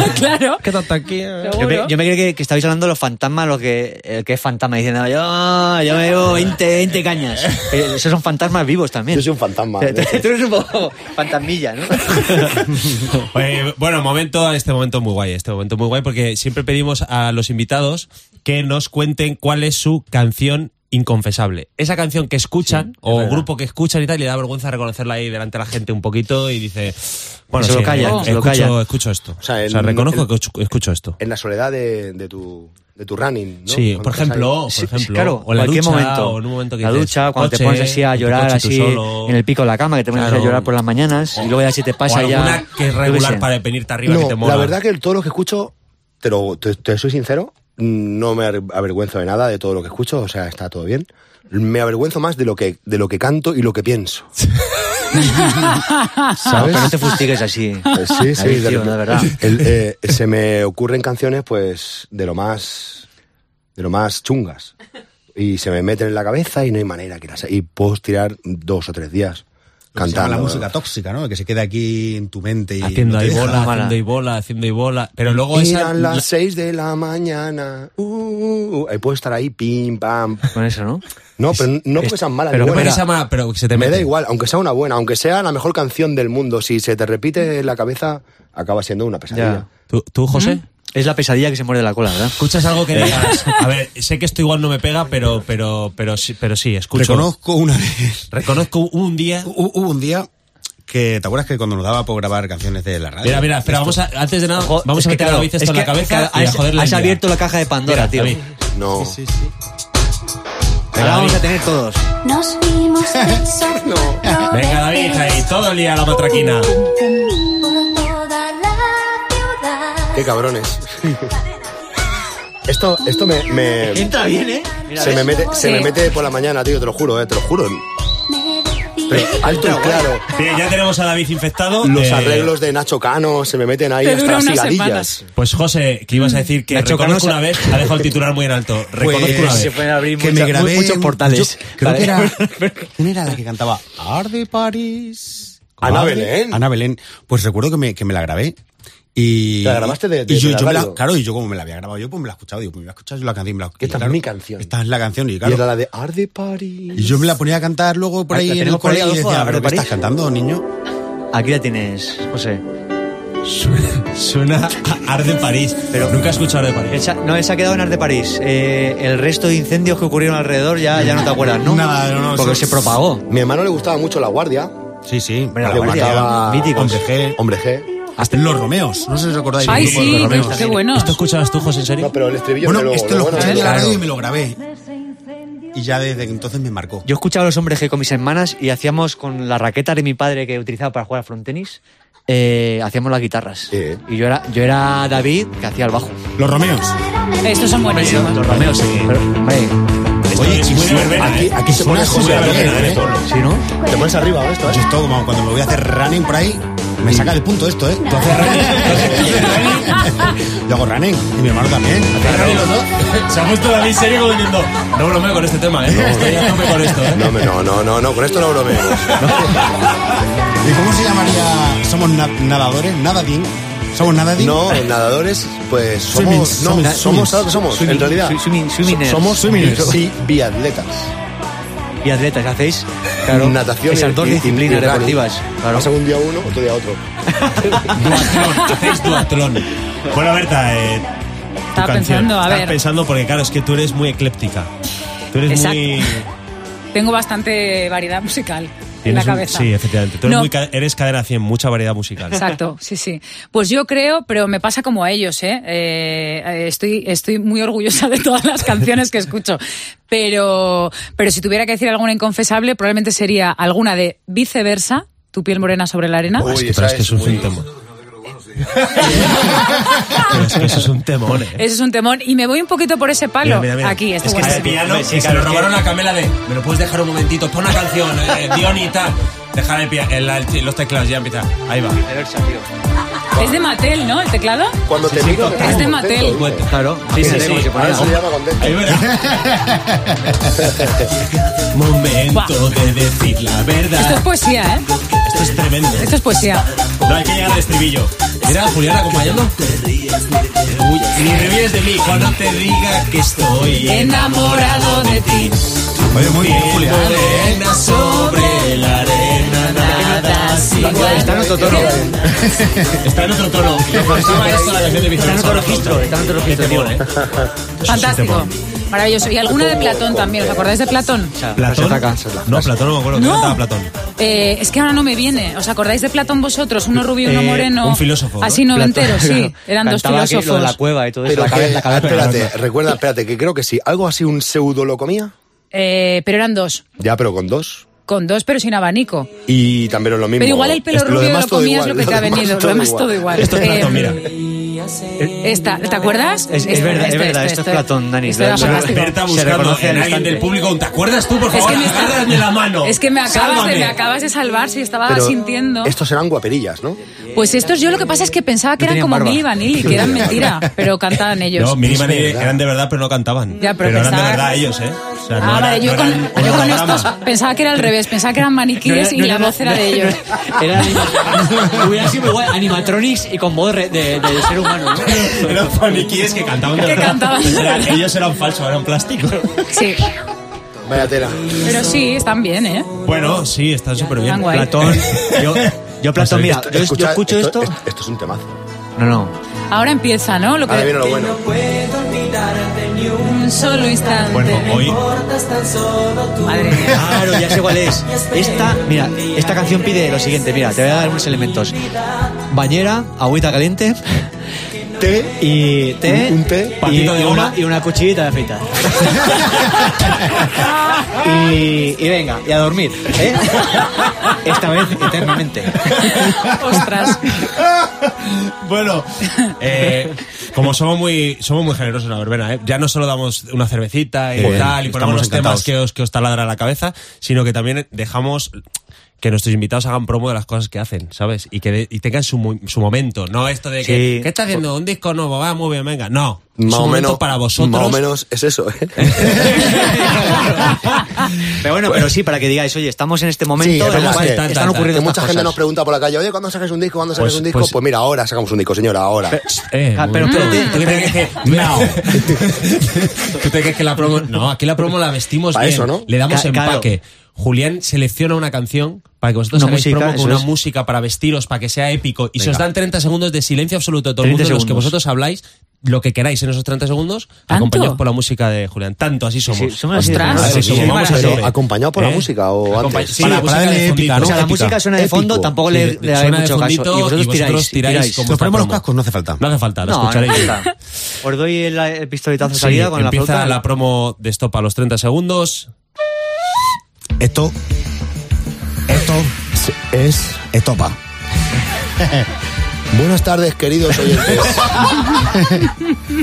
G: claro.
A: quédate aquí.
B: Yo me,
G: eh. seguro.
B: yo me creo que, que estabais hablando de los fantasmas, los que, el que es fantasma, diciendo, yo, yo me llevo 20, 20 cañas. Eh, Esos son fantasmas vivos también.
F: Yo soy un fantasma. de hecho.
B: Tú eres un poco fantasmilla, ¿no?
A: Eh, bueno, momento, este momento muy guay, este momento muy guay, porque siempre pedimos a los invitados que nos cuenten cuál es su canción inconfesable. Esa canción que escuchan
B: es
A: o
B: verdad.
A: grupo que escuchan y tal, y le da vergüenza reconocerla ahí delante de la gente un poquito y dice, bueno,
B: Se lo
A: sí,
B: callan,
A: eh,
B: se lo
A: escucho,
B: callan.
A: escucho esto. O
F: sea,
A: sea,
F: el-
A: reconozco
F: el-
A: que escucho- escucho esto.
F: En la soledad de, de tu, de tu running, ¿no?
A: Sí,
F: Cuando
A: por
F: estás
A: ejemplo,
F: ahí.
A: por
B: Sí,
A: ejemplo,
B: sí, claro,
A: o en la
B: cualquier
A: ducha,
B: momento.
A: o en un momento que
B: la
A: dices,
B: ducha, cuando
A: coche,
B: te pones así a
A: en tu
B: llorar,
A: coche tú
B: así
A: solo.
B: en el pico de la cama, que te pones
A: Claro.
B: a llorar por las mañanas, y luego ya si te pasa
A: o
B: ya.
A: alguna que es
B: yo qué
A: regular
B: sé.
A: para venirte arriba que te
F: No,
A: mola.
F: la verdad que todo lo que escucho, te, lo- te- te soy sincero, no me ar- avergüenzo de nada de todo lo que escucho, o sea, está todo bien. Me avergüenzo más de lo que, de lo que canto y lo que pienso.
B: No,
F: ¿Sabes?
B: pero no te fustigues así.
F: Eh, Sí, sí,
B: David,
F: de
B: tío,
F: repente.
B: de verdad.
F: El, eh, se me ocurren canciones, pues, de lo más. de lo más chungas. y se me meten en la cabeza y no hay manera que las... Y puedo tirar dos o tres días
H: Lo que Pues se llama
F: cantando.
H: La música tóxica, ¿no? Que se queda aquí en tu mente y.
A: Haciendo
H: no te
A: ahí
H: deja.
A: bola,
B: mala.
A: haciendo ahí bola, haciendo ahí bola. Pero luego esa.
F: Eran
A: la-
F: las seis de la mañana. Uh, uh, uh. Eh, puedo estar ahí, pim, pam.
B: Con eso, ¿no?
F: No, pero no porque sean malas.
A: pero
F: ni buenas.
A: esa mala, pero se te
F: me da
A: mete.
F: igual, aunque sea una buena, aunque sea la mejor canción del mundo, si se te repite en la cabeza, acaba siendo una pesadilla.
A: ¿Tú, tú, José?
B: Es la pesadilla que se muerde la cola, ¿verdad?
A: ¿Escuchas algo que digas? A ver, sé que esto igual no me pega, pero, pero, pero, sí, pero sí, escucho.
H: Reconozco una vez.
A: Reconozco un día.
H: Hu- Hubo un día que. ¿Te acuerdas que cuando nos daba por grabar canciones de la radio?
A: Mira, mira, espera, vamos a, antes de nada,
B: Jo-
A: vamos
B: es
A: a
B: que
A: meter a
B: claro,
A: David esto
B: es
A: en la
B: que-
A: cabeza
B: claro,
A: y a
B: has-
A: joderle.
B: Has
A: el día.
B: abierto la caja de Pandora,
A: Mira,
B: tío.
A: David.
F: No.
B: Ahora vamos a tener todos.
I: Nos vimos del sol.
A: Venga, David, ahí, todo el día la matraquina.
I: Por toda la ciudad.
F: Qué cabrones. esto esto me, me-
B: Entra bien, ¿eh?
F: se me mete se
G: Sí.
F: me mete por la mañana, tío, te lo juro, eh, te lo juro.
I: Me decía
F: Pero alto y claro.
A: Bien, ya tenemos a David infectado.
F: Los
A: Eh,
F: arreglos de Nacho Cano se me meten ahí
G: Te
F: hasta
G: dura
F: las
G: unas
F: cigarrillas.
A: Pues José, que ibas a decir que
B: Nacho
A: reconozco
B: Canosa.
A: una vez, ha dejado el titular muy en alto. Reconozco
H: Pues,
A: una
B: Se
A: vez.
B: pueden abrir
H: que
B: mucha-
H: me grabé
B: mu- muchos
H: en-
B: portales.
H: yo creo
B: Vale.
H: que era, ¿Quién era la que cantaba? Art de París.
F: Ana
H: Art de-
F: Belén.
H: Ana Belén. Pues recuerdo que me, que me la grabé. Y,
F: ¿La grabaste de- de-
H: y yo,
F: de la
H: yo me la-
F: radio?
H: Claro, y yo como me la había grabado yo, pues me la he escuchado. Digo, pues me voy a escuchar yo la canción. y Me la,
F: Que esta
H: y
F: es
H: claro,
F: mi canción.
H: Esta es la canción. Y,
F: Y
H: claro,
F: era la de Art de Paris.
H: y yo me la ponía a cantar luego por
B: Ah,
H: ahí
B: la
H: en el
B: tenemos por ahí,
H: cole y
B: Adolfo,
H: decía,
B: Art de
H: ¿pero qué
B: París.
H: estás cantando, niño?
B: Aquí la tienes, José.
A: Suena, suena a Arde París, pero nunca he escuchado Arde París.
B: Esa- no, esa ha quedado en Arte París. Eh, el resto de incendios que ocurrieron alrededor ya, ya no te acuerdas, ¿no?
H: Nada, no, no,
B: Porque
H: eso-
B: se propagó.
F: Mi hermano le gustaba mucho La Guardia.
H: Sí, sí.
B: Mira, La
F: le
B: Guardia,
F: gustaba
B: míticos.
F: Hombre G. Hombre G.
H: Hasta en Los Romeos. No sé si os acordáis.
G: Ay,
H: el grupo de
G: sí,
H: Los Romeos.
G: qué bueno.
A: ¿Esto escuchabas tú, José, en serio?
F: No, pero el estribillo
H: Bueno,
F: de lo-
H: esto
F: lo
H: lo
F: bueno
H: escuché
F: de
H: en la
F: la-
H: radio y me lo grabé. Y ya desde entonces me marcó.
B: Yo escuchaba a los hombres G con mis hermanas y hacíamos con la raqueta de mi padre que utilizaba para jugar a frontenis, eh, hacíamos las guitarras.
F: Sí.
B: Y yo era, yo era David que hacía el bajo.
H: Los Romeos.
G: Estos son buenísimos.
B: Los Romeos, sí. Pero, hombre,
H: Oye,
A: es muy
H: sí,
A: verbena,
H: aquí,
A: ¿eh?
H: aquí se
F: Suena
H: pone
F: súper
H: José
F: verbena,
H: Gabriel,
F: ¿eh?
H: ¿eh?
B: ¿sí, no?
F: Te pones arriba de esto,
H: Yo
F: ¿eh?
H: esto, como cuando me voy a hacer running por ahí, me saca del punto esto, ¿eh? Yo hago running, y mi hermano también.
A: Se ha puesto David serio como diciendo, no bromeo con este tema, ¿eh? Estoy a tope con esto, ¿eh?
F: No, hombre, no, no, no, no, con esto no bromeo.
H: ¿Y cómo se llamaría? ¿Somos na- nadadores? ¿Nadadín? ¿Somos nadadín?
F: No, en nadadores, pues somos.
H: Swimmings,
F: no,
H: swimmings,
F: somos,
H: swimmings.
F: ¿sabes lo que somos? en
B: Swimming-
F: realidad.
B: swi- swimming- swimmingers.
F: somos
H: Swimmingers.
F: Sí, biatletas.
B: Y atletas, ¿hacéis? Claro,
F: Natación
B: esas
F: y-
B: dos
F: y- y
B: disciplinas
F: running.
B: deportivas. Claro.
F: Pasa un día uno, otro día otro.
A: Duatlón, hacéis duatlón. Bueno, Berta, eh, tu
G: Estaba
A: canción.
G: pensando, a
A: Estaba
G: ver.
A: pensando porque, claro, es que tú eres muy ecléptica. Tú eres
G: Exacto.
A: muy...
G: Tengo bastante variedad musical en la
A: tienes un-
G: cabeza.
A: sí, efectivamente. Tú eres,
G: No.
A: muy ca- eres cadena 100, mucha variedad musical.
G: Exacto, sí, sí. Pues yo creo, pero me pasa como a ellos, ¿eh? Eh, eh, estoy, estoy muy orgullosa de todas las canciones que escucho. Pero, pero si tuviera que decir alguna inconfesable, probablemente sería alguna de viceversa, tu piel morena sobre la arena.
A: Buah, es
F: Uy,
A: que, pero
F: esa
A: es que
F: es
A: eso es un
F: muy-
A: tema. Pero es que eso es un temón, ¿eh?
G: Ese es un temón. Y me voy un poquito por ese palo.
A: Mira, mira, mira.
G: Aquí, este
A: es que
G: guay.
A: este piano,
B: Hombre, sí,
A: y
B: sí,
A: se lo
B: es que-
A: robaron a Camela de, me lo puedes dejar un momentito, pon una canción, eh, Dion y tal. Dejar el, pia- el- el- los teclados, ya empieza. Ahí va.
G: Es de Mattel, ¿no? El teclado.
F: Cuando te miro.
G: total. Este Es de Mattel.
F: ¿eh?
B: Claro, sí, sí, sí.
F: Ahora se llama contento.
A: Ahí verá. Momento
G: Buah.
A: de decir la
G: Esto es
A: verdad.
G: poesía, ¿eh?
A: Esto es tremendo.
G: Esto es poesía.
A: No hay que llegar al estribillo. Mira, Julián acompañando. Uy, ni revíes de mí cuando te diga que estoy enamorado de ti.
H: Oye, muy bien,
A: Piel
H: Julia.
A: morena sobre la arena, nada es igual.
B: Está en otro
A: eh.
B: tono.
A: Está en otro tono. Le faltaba eso a la canción de
B: Está en
A: Vicente
B: otro
A: Soto.
B: registro. Está en otro
A: Qué
B: registro.
A: temón, ¿eh?
G: Fantástico. Maravilloso. Y alguna de Platón también. ¿Os acordáis de Platón?
B: Se saca.
A: No, Platón no me acuerdo. ¿Qué
G: No.
A: cantaba Platón?
G: Eh, es que ahora no me viene. ¿Os acordáis de Platón vosotros? Uno rubio, uno
A: Eh,
G: moreno.
A: un filósofo, ¿no?
G: Así noventero,
B: Platón,
G: sí.
B: claro.
G: Eran dos
B: Cantaba aquello
G: filósofos.
B: de la cueva y todo eso.
F: Pero
B: La
F: que,
B: cabeza, la cabeza.
F: espérate, recuerda, espérate, que creo que sí. Algo así, un pseudo lo comía.
G: Eh, pero eran dos.
F: Ya, pero con dos.
G: Con dos, pero sin abanico.
F: Y también es lo mismo.
G: Pero igual el pelo
F: Es-
G: rubio
F: demás
G: lo
F: todo
G: comías
F: igual,
G: lo que te ha
F: demás
G: venido. Lo demás todo igual.
A: Esto es
G: Eh,
A: Platón, mira.
G: Esta, ¿te acuerdas?
B: Eh,
G: Este,
B: Es- es
G: Esta,
B: verdad, es
G: esta,
B: verdad,
G: esta,
B: esto es
G: esta.
B: Platón, Dani.
G: Esto Este era
B: Lo- lo-
G: fantástico.
A: Berta
B: Se
A: buscando
B: reconoce
A: en
B: al
A: alguien
B: instante.
A: del público. un, ¿Te acuerdas tú, por
G: Es
A: favor?
G: que me está-
A: Agárrame la mano.
G: Es que me acabas de,
A: Sálvame.
G: me acabas de salvar si estaba
F: Pero
G: sintiendo.
F: Estos eran guaperillas, ¿no?
G: Pues estos yo lo que pasa es que pensaba que
B: No
G: eran
B: tenían
G: como
B: barba.
G: Milli Vanilli, que eran mentira, pero cantaban ellos.
A: No, Mini Mani eran de verdad, pero no cantaban.
G: Ya, pero
A: eran de
G: pensaba-
A: verdad ellos, ¿eh? sea, no
G: Ah,
A: era-
G: vale,
A: no
G: yo,
A: eran
G: con, yo con
A: hologramas.
G: estos pensaba que era al revés, pensaba que eran maniquíes y la voz era de ellos.
B: Era anima- hubiera sido igual animatronics y con voz re- de, de ser humano. ¿no?
A: Eran faniquíes que cantaban. de
G: Que
A: verdad.
G: cantaban de
A: Eran-
G: verdad.
A: ellos eran falsos, eran plástico.
G: Sí,
F: Vaya tela.
G: pero sí, están bien, ¿eh?
A: Bueno, sí, están súper bien.
G: Están guay.
A: Platón.
B: Yo, yo Platón, mira, yo, yo
F: Escucha,
B: escucho esto.
F: es- Esto es un temazo.
B: No, no.
G: Ahora empieza, Eh, ¿no? pues, Lo que
F: Ahora viene lo bueno.
G: un solo instante.
A: Bueno, hoy.
G: Madre mía.
B: Claro, ya sé cuál es. Esta, mira, esta canción pide lo siguiente, mira, te voy a dar unos elementos. Bañera, agüita caliente
F: Té.
B: y té.
F: Un- un té.
B: Y,
A: Patito de
B: y
A: goma.
B: una, y una cuchillita de afeitar. y, y venga, y a dormir. ¿eh? Esta vez eternamente.
G: Ostras.
A: Bueno, eh, como somos muy, somos muy generosos en la verbena, ¿eh? ya no solo damos una cervecita y
H: Joder,
A: tal, y ponemos
H: estamos
A: los
H: encantados.
A: temas que os, que os taladra la cabeza, sino que también dejamos que nuestros invitados hagan promo de las cosas que hacen, ¿sabes? Y que de- y tengan su, mo- su momento, no esto de que,
B: Sí.
A: ¿qué está haciendo? ¿Un disco nuevo? Va, muy bien, venga. No, es un
F: Más o
A: momento
F: menos.
A: para vosotros.
F: Más o menos es eso, ¿eh?
B: Pero bueno, pero sí, para que digáis, oye, estamos en este momento,
F: Sí, es
B: en el
F: verdad
B: cual
F: que-
B: están
A: que
F: Que
B: ocurriendo
F: mucha
B: estas
F: gente nos
B: cosas.
F: pregunta por la calle, oye, ¿cuándo sacas un disco? ¿Cuándo sacas
A: Pues-
F: un disco?
A: pues-
F: Pues, mira, ahora sacamos un disco, señora, ahora.
A: Eh,
B: Ah, pero
A: muy bien.
B: espérate,
A: ¿Tú qué te crees que- no. ¿Tú te crees que la promo? No, aquí la promo la vestimos
F: Pa'
A: bien.
F: eso, ¿no?
A: Le damos
B: Ca- claro.
A: empaque. Julián selecciona una canción para que vosotros
B: Una
A: hagáis
B: música,
A: promo con
B: eso
A: una
B: es.
A: música para vestiros, para que sea épico. Y se os
B: Venga.
A: dan 30 segundos de silencio absoluto de todo el
B: 30
A: mundo, en los que
B: segundos.
A: vosotros habláis lo que queráis en esos 30 segundos,
G: ¿Tanto?
A: acompañados por la música de Julián. Tanto, así somos.
B: Sí, somos así de
G: Ostras.
B: generosos.
A: Así
F: Sí,
A: somos, vamos a
F: pero
A: tope.
F: acompañado por la música o
A: Acompañ-
F: antes.
A: Sí,
H: Para-
A: la
H: para
A: música
H: darle
A: de
H: épica,
A: fondito,
H: ¿no?
B: O sea, la
A: Épica.
B: música suena de
F: Épico.
B: fondo, tampoco le,
A: Sí,
B: le hagáis
A: suena de
B: mucho caso. Y
A: fondito
B: vosotros,
A: y vosotros
B: tiráis,
A: tiráis
B: tiráis.
A: como-
H: Nos ponemos los
A: promo.
H: cascos, no hace falta.
A: No hace falta, la
B: No, no
A: escucharéis.
B: importa. Os doy el, el pistoletazo de
A: Sí,
B: salida con la
A: empieza
B: flauta.
A: la promo de stop a los 30 segundos.
H: Esto. Esto es Estopa.
F: Buenas tardes, queridos oyentes.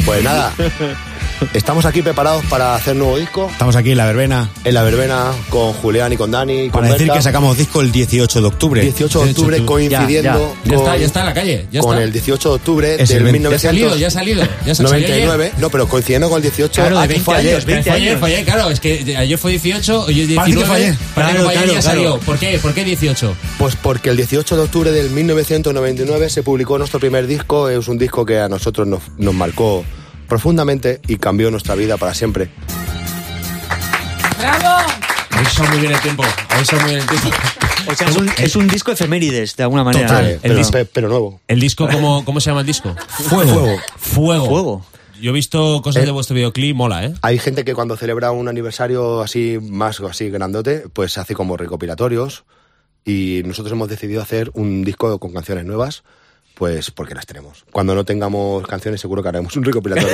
F: pues nada, estamos aquí preparados para hacer nuevo disco
H: Estamos aquí en la verbena
F: en la verbena con Julián y con Dani. y Con
H: para decir
F: Berta.
H: que sacamos disco el 18 de octubre.
F: 18 de octubre
A: 18
F: coincidiendo
A: Ya
F: con,
A: está, ya está en la calle. Ya
F: con
A: está.
F: el 18 de octubre
H: Es el
F: del
H: 20.
A: Ya ha salido, ya ha salido. Ya se- salió ayer.
F: 1999. No, pero coincidiendo con el 18
B: Claro, de
F: aquí fue
B: 20
F: ayer.
B: años, 20
A: fue ayer,
B: años.
A: fue ayer, claro, es que ayer fue 18, hoy es 19.
H: Parece que fue ayer.
A: Parece que
B: Claro,
A: fue ayer y ya
B: claro,
A: salió.
B: claro.
A: ¿Por qué? ¿Por qué 18?
F: Pues porque el 18 de octubre del 1999 se publicó nuestro primer disco. Es un disco que a nosotros nos, nos marcó profundamente y cambió nuestra vida para siempre.
G: ¡Bravo!
A: Ahí son muy bien el tiempo, ahí son muy bien el tiempo.
B: O sea, es un, es un disco efemérides, de alguna manera.
A: Total.
F: Eh,
A: Ah, el
F: pero,
A: disco.
F: pe- pero nuevo.
A: ¿El disco cómo, cómo se llama el disco? Fuego.
F: Fuego.
A: Fuego.
B: Fuego.
A: Yo he visto cosas de vuestro videoclip, mola, ¿eh?
F: Hay gente que cuando celebra un aniversario así más o así grandote, pues hace como recopilatorios y nosotros hemos decidido hacer un disco con canciones nuevas, pues porque las tenemos. Cuando no tengamos canciones seguro que haremos un recopilatorio.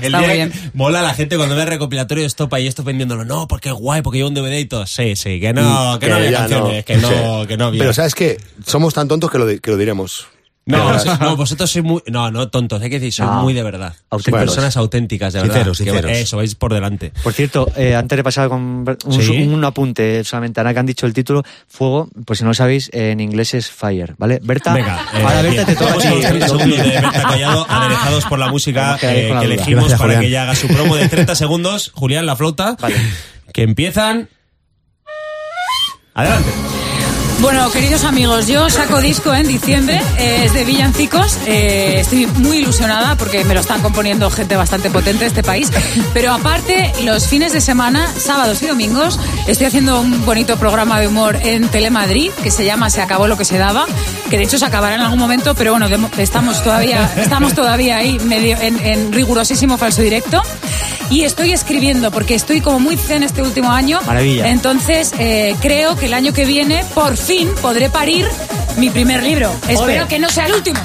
A: El día
G: Está muy
A: que-
G: bien.
A: Mola la gente cuando ve el recopilatorio de Estopa y esto vendiéndolo. No, porque es guay, porque lleva un DVD y todo. Sí, sí, que no, que, no había
F: ya
A: canciones, que no,
F: Sí.
A: que no había.
F: Pero sabes que somos tan tontos que lo, di- que lo diremos.
A: No,
F: Pero-
A: vos- no, vosotros sois muy. No, no tontos, hay que decir, sois
B: No.
A: muy de verdad. Sois
B: Auténticos.
A: personas auténticas, de verdad.
H: Sinceros,
A: Que-
H: sinceros.
A: Eso, vais por delante.
B: Por cierto, eh, antes de pasar con un,
A: Sí.
B: un apunte solamente, ahora que han dicho el título, Fuego, pues si no lo sabéis, en inglés es Fire, ¿vale? Berta,
A: Venga, eh,
B: ahora Berta
A: bien.
B: te toca a
A: Vamos
B: ti.
A: con los 30
B: Berta.
A: segundos de Berta Collado, alejados por la música
B: Vamos a quedar
A: eh,
B: con la
A: que
B: duda.
A: elegimos
H: Gracias,
A: para
H: Julián.
A: que ella haga su promo de 30 segundos. Julián, la flauta. Que empiezan. Adelante.
G: Bueno, queridos amigos, yo saco disco en diciembre, eh, es de Villancicos, eh, estoy muy ilusionada porque me lo están componiendo gente bastante potente de este país, pero aparte los fines de semana, sábados y domingos, estoy haciendo un bonito programa de humor en Telemadrid que se llama Se acabó lo que se daba, que de hecho se acabará en algún momento, pero bueno, de mo- estamos todavía, estamos todavía ahí medio en, en rigurosísimo falso directo. Y estoy escribiendo porque estoy como muy zen este último año.
B: Maravilla.
G: En entonces, eh, creo que el año que viene, por fin, podré parir mi primer libro. Espero que no sea el último.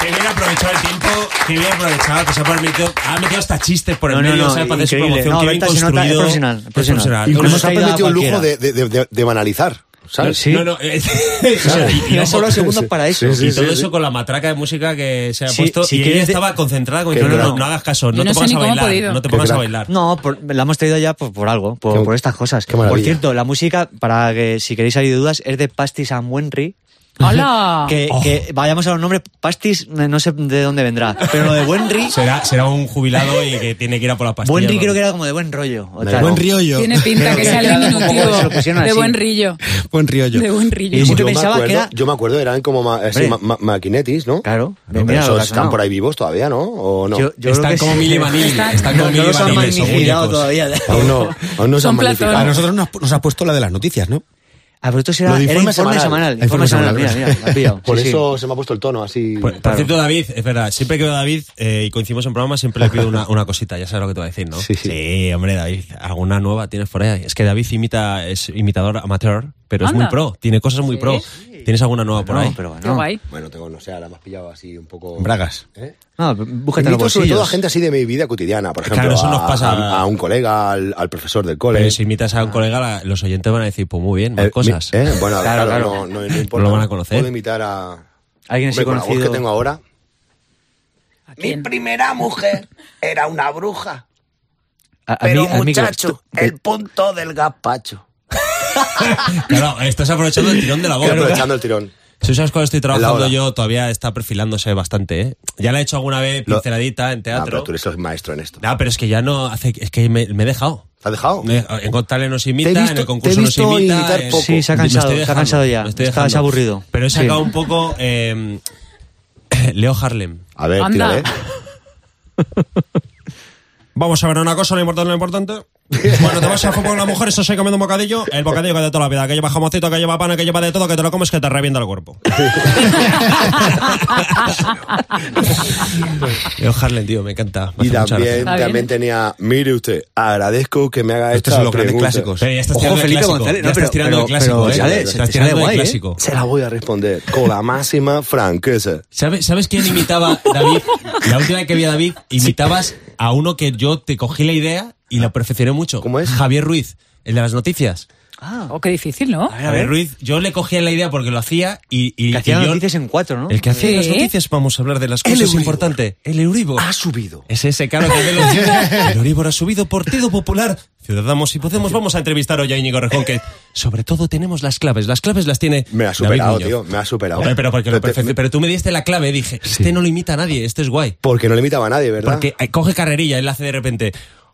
A: Que bien aprovechado el tiempo, que bien aprovechado, que se ha permitido, ha metido hasta chistes por el
B: No, no,
A: medio,
B: no,
A: o sea, para hacer su
B: increíble.
A: promoción,
B: No,
A: que bien
B: Berta se nota,
A: construido.
B: es profesional,
A: Es
B: profesional.
F: Incluso
B: nos
F: se
B: ha
F: ha
B: ido a
F: permitido el
B: cualquiera.
F: lujo de, de- de- de- de banalizar, ¿sabes?
B: Sí.
A: No, no, eh, o sea, y- y
B: Y no
A: ojo,
B: solo segundos para eso.
F: Sí, sí,
A: y todo
F: sí,
A: eso
F: sí.
A: con la matraca de música que se ha
B: Sí,
A: puesto.
B: si
A: y ella
B: quieres de-
A: estaba concentrada como
F: Qué
A: diciendo, no, no,
F: crack.
A: no hagas caso, no
G: Yo
A: te
G: no sé
A: pongas
G: ni
A: a
G: cómo he
A: bailar.
G: podido.
A: No te
F: Qué
A: pongas a
F: crack.
A: bailar.
B: No, por- la hemos traído ya pues, por, por algo, por,
F: Qué-
B: por estas cosas.
F: qué maravilla.
B: Por cierto, la música, para que si queréis salir de dudas, es de Pastis and Wenry.
G: ¡Hola!
B: Que, que vayamos a los nombres. Pastis, eh, no sé de dónde vendrá. Pero lo de Buenri,
A: Será, será un jubilado y que tiene que ir a por las pastillas.
B: Buenri
A: ¿no?
B: creo que era como de buen rollo. o tal.
H: Buen riollo.
G: Tiene pinta que
B: que
G: sea el
B: era como se lo
G: diminutivo
B: pusieron
G: de
B: así.
G: buen rillo.
H: Buen riollo.
G: De buen rillo.
B: Y siempre
F: yo, me
B: pensaba
F: acuerdo,
B: que era.
F: yo me acuerdo, eran como ma- eh, sí,
B: Hombre.
F: ma- ma- maquinetis, ¿no?
B: Claro.
F: Pero
B: Mira, lo
F: esos
B: que ha
F: están
B: sonado.
F: por ahí vivos todavía, ¿no? ¿O no?
B: Yo- yo creo
A: Están
B: que
A: como
B: sí.
A: mil y Vanilli.
G: Están-
A: Están
B: No,
A: como mil
B: no
A: y
B: los han
A: Vanilli, son
B: magnificado
A: muñecos.
B: todavía.
F: Aún no, aún no se
G: Son Platón.
F: han magnificado.
H: A nosotros nos, nos has puesto la de las noticias, ¿no?
B: Ah, pero esto será,
H: Lo de
B: era
H: informe
B: informe semanal.
H: semanal.
B: Informe
H: Informe
B: semanal,
H: semanal,
B: mira, mira, la ha pillado.
F: Por
B: Sí, Pues- sí.
F: eso se me ha puesto el tono así.
A: Pues, Por, por cierto, David, es verdad, siempre que veo a David eh, y coincidimos en programas, siempre le pido una, una cosita, ya sabes lo que te voy a decir, ¿no?
F: Sí, sí.
A: hombre, David, alguna nueva tienes por ahí. Es que David imita, es imitador amateur, pero es
G: Anda.
A: muy pro, tiene cosas muy pro. ¿Tienes alguna nueva por
B: No,
A: ahí?
B: pero
G: Qué
B: no.
G: guay.
F: Bueno, tengo, no sé, ahora me has pillado así un poco.
H: Bragas.
F: ¿Eh?
B: No, búscate en los
F: Invito sobre todo a
B: bolsillos.
F: gente así de mi vida cotidiana, por
A: Claro,
F: ejemplo,
A: eso nos
F: a-
A: pasa-
F: a, a un colega, al, al profesor del cole.
A: Pero si imitas a un colega, la- los oyentes van a decir, pues muy bien, más
F: Eh,
A: cosas.
F: mi- eh, Bueno,
B: Claro,
F: claro,
B: claro. Pues
F: No, no- no importa.
A: Lo van a conocer.
F: Puedo imitar a.
B: Alguien así
F: Hombre, con la voz
B: conocido.
F: que tengo ahora.
G: ¿A quién?
J: primera mujer era una bruja,
B: A- a mí- a mí que-
J: el punto del gazpacho.
A: Claro, estás aprovechando el tirón de la
F: Estoy
A: boca.
F: aprovechando el tirón.
A: Si sabes cuando estoy trabajando
F: La hora.
A: yo, todavía está perfilándose bastante, ¿eh? Ya la he hecho alguna vez
F: Lo-
A: pinceladita en
F: Ah,
A: teatro.
F: pero tú eres el maestro en esto.
A: Ah, pero es que ya no hace. Es que me, me he dejado.
F: ¿Te has dejado?
A: Me- en Contarle nos imita,
F: Te he visto-
A: en el
F: te
A: concurso
F: he
A: nos
F: visto
A: imita.
F: imitar
A: en-
F: poco.
B: Sí, se ha
A: Me estoy
B: cansado, se ha
A: dejando,
B: cansado ya.
A: me estoy
B: Está- es
A: dejando.
B: aburrido.
A: Pero he
B: Sí.
A: sacado un poco. eh, Leo Harlem.
F: A ver,
G: Anda.
F: tírale.
A: Vamos a ver una cosa, lo importante, lo importante. Bueno, te vas a fumar con la mujer, eso sí, comiendo un bocadillo. El bocadillo que de toda la vida, que lleva jamoncito, que lleva pana, que lleva de todo, que te lo comes, que te revienta el cuerpo. Leo Harlem, tío, me encanta. me
F: Y
A: hace mucha
F: también,
A: gracia.
G: Está bien.
F: también tenía. Mire usted, agradezco que me haga
H: Estos
F: esta
H: son los grandes
F: pregunta.
H: clásicos.
A: Pero ya estás
B: Ojo,
A: tirando de
B: Felipe
A: clásico.
B: González, no,
A: ya estás
B: pero-
A: tirando de
B: pero-
A: clásico,
B: pero
A: ¿eh?
B: sale-
A: Estás
B: te
A: tirando de
B: sale guay, ¿eh?
A: clásico.
F: Se la voy a responder con la máxima franqueza.
A: ¿Sabes, ¿Sabes quién imitaba David? La última vez que vi a David, imitabas a uno que yo te cogí la idea y la perfeccioné mucho.
F: ¿Cómo es?
A: Javier Ruiz, el de las noticias.
B: Ah,
G: Oh, qué difícil, ¿no?
B: a ver, a
A: Javier
B: ver.
A: Ruiz, yo le cogía la idea porque lo hacía y... y
B: Que hacían
A: y yo-
B: noticias en cuatro, ¿no?
A: El que hacía
G: Sí.
A: las noticias, vamos a hablar de las
F: El
A: cosas
F: Euribor.
A: importantes. Ah, El Euribor.
F: Ha subido.
A: Es ese caro que ve los El Euribor ha subido Partido Popular. Ciudadanos y Podemos, vamos a entrevistar hoy a Íñigo Rejón, que sobre todo tenemos las claves. Las claves las tiene.
F: Me ha
A: David
F: superado,
A: Muñoz.
F: tío. Me ha superado.
A: Hombre, pero, porque lo
F: Te- te-
A: perfeccio- pero tú me diste la clave, dije, este no lo imita a nadie, este es guay.
F: Porque no le imitaba a nadie, ¿verdad?
A: Porque eh, coge carrerilla, él hace de repente.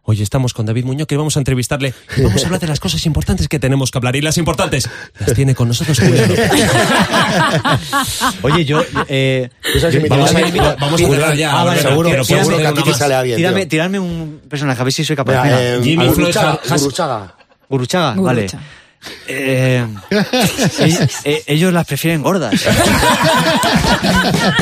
A: Oye, estamos con David Muñoz, que vamos a entrevistarle. y Vamos a hablar de las cosas importantes que tenemos que hablar. Y las importantes las tiene con nosotros Julio
B: Oye, yo. eh,
F: Tú sabes
B: yo-
F: imitar
A: Vamos a,
F: Vale,
A: imitar- vamos a
F: vale.
A: cerrar ya.
B: Ah, vale,
A: Barbera,
F: seguro-
A: que no puedo
F: seguro
A: hacer
F: que a ti
A: una
F: te
A: más.
F: sale alguien, tío.
B: tirarme, tirarme un personaje, a ver si soy capaz.
F: Mira,
B: Mira,
F: eh,
A: Jimmy
F: a
A: Flores-
F: Gurruchaga,
A: Has-
F: Gurruchaga.
B: Guruchaga, vale.
G: Gurucha.
B: Eh, ell- eh, ellos las prefieren gordas.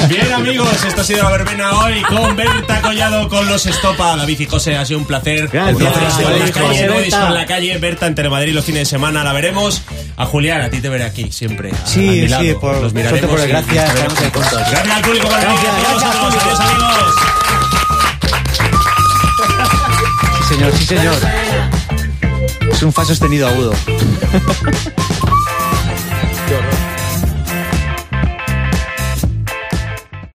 A: Bien, amigos, esto ha sido la verbena hoy con Berta Collado, con los Estopa. David y José, ha sido un placer.
B: Gracias.
A: Un placer estar en la
B: Gracias,
A: calle,
B: Berta.
A: no disco en la calle, Berta entre Madrid los fines de semana, la veremos. A Julián, a ti te veré aquí siempre. a-
B: Sí,
A: a mi
B: sí,
A: lado.
B: por-
A: Los
B: por
A: miraremos
B: suerte, por
A: y-
B: desgracia,
A: y estaremos
B: estamos ahí
A: juntos.
B: juntos.
A: Gracias al público, por venir.
B: Gracias,
A: Todos
B: gracias al
A: vosotros,
B: público.
A: adiós, amigos.
B: Sí, señor, sí, señor. Es un fa sostenido agudo.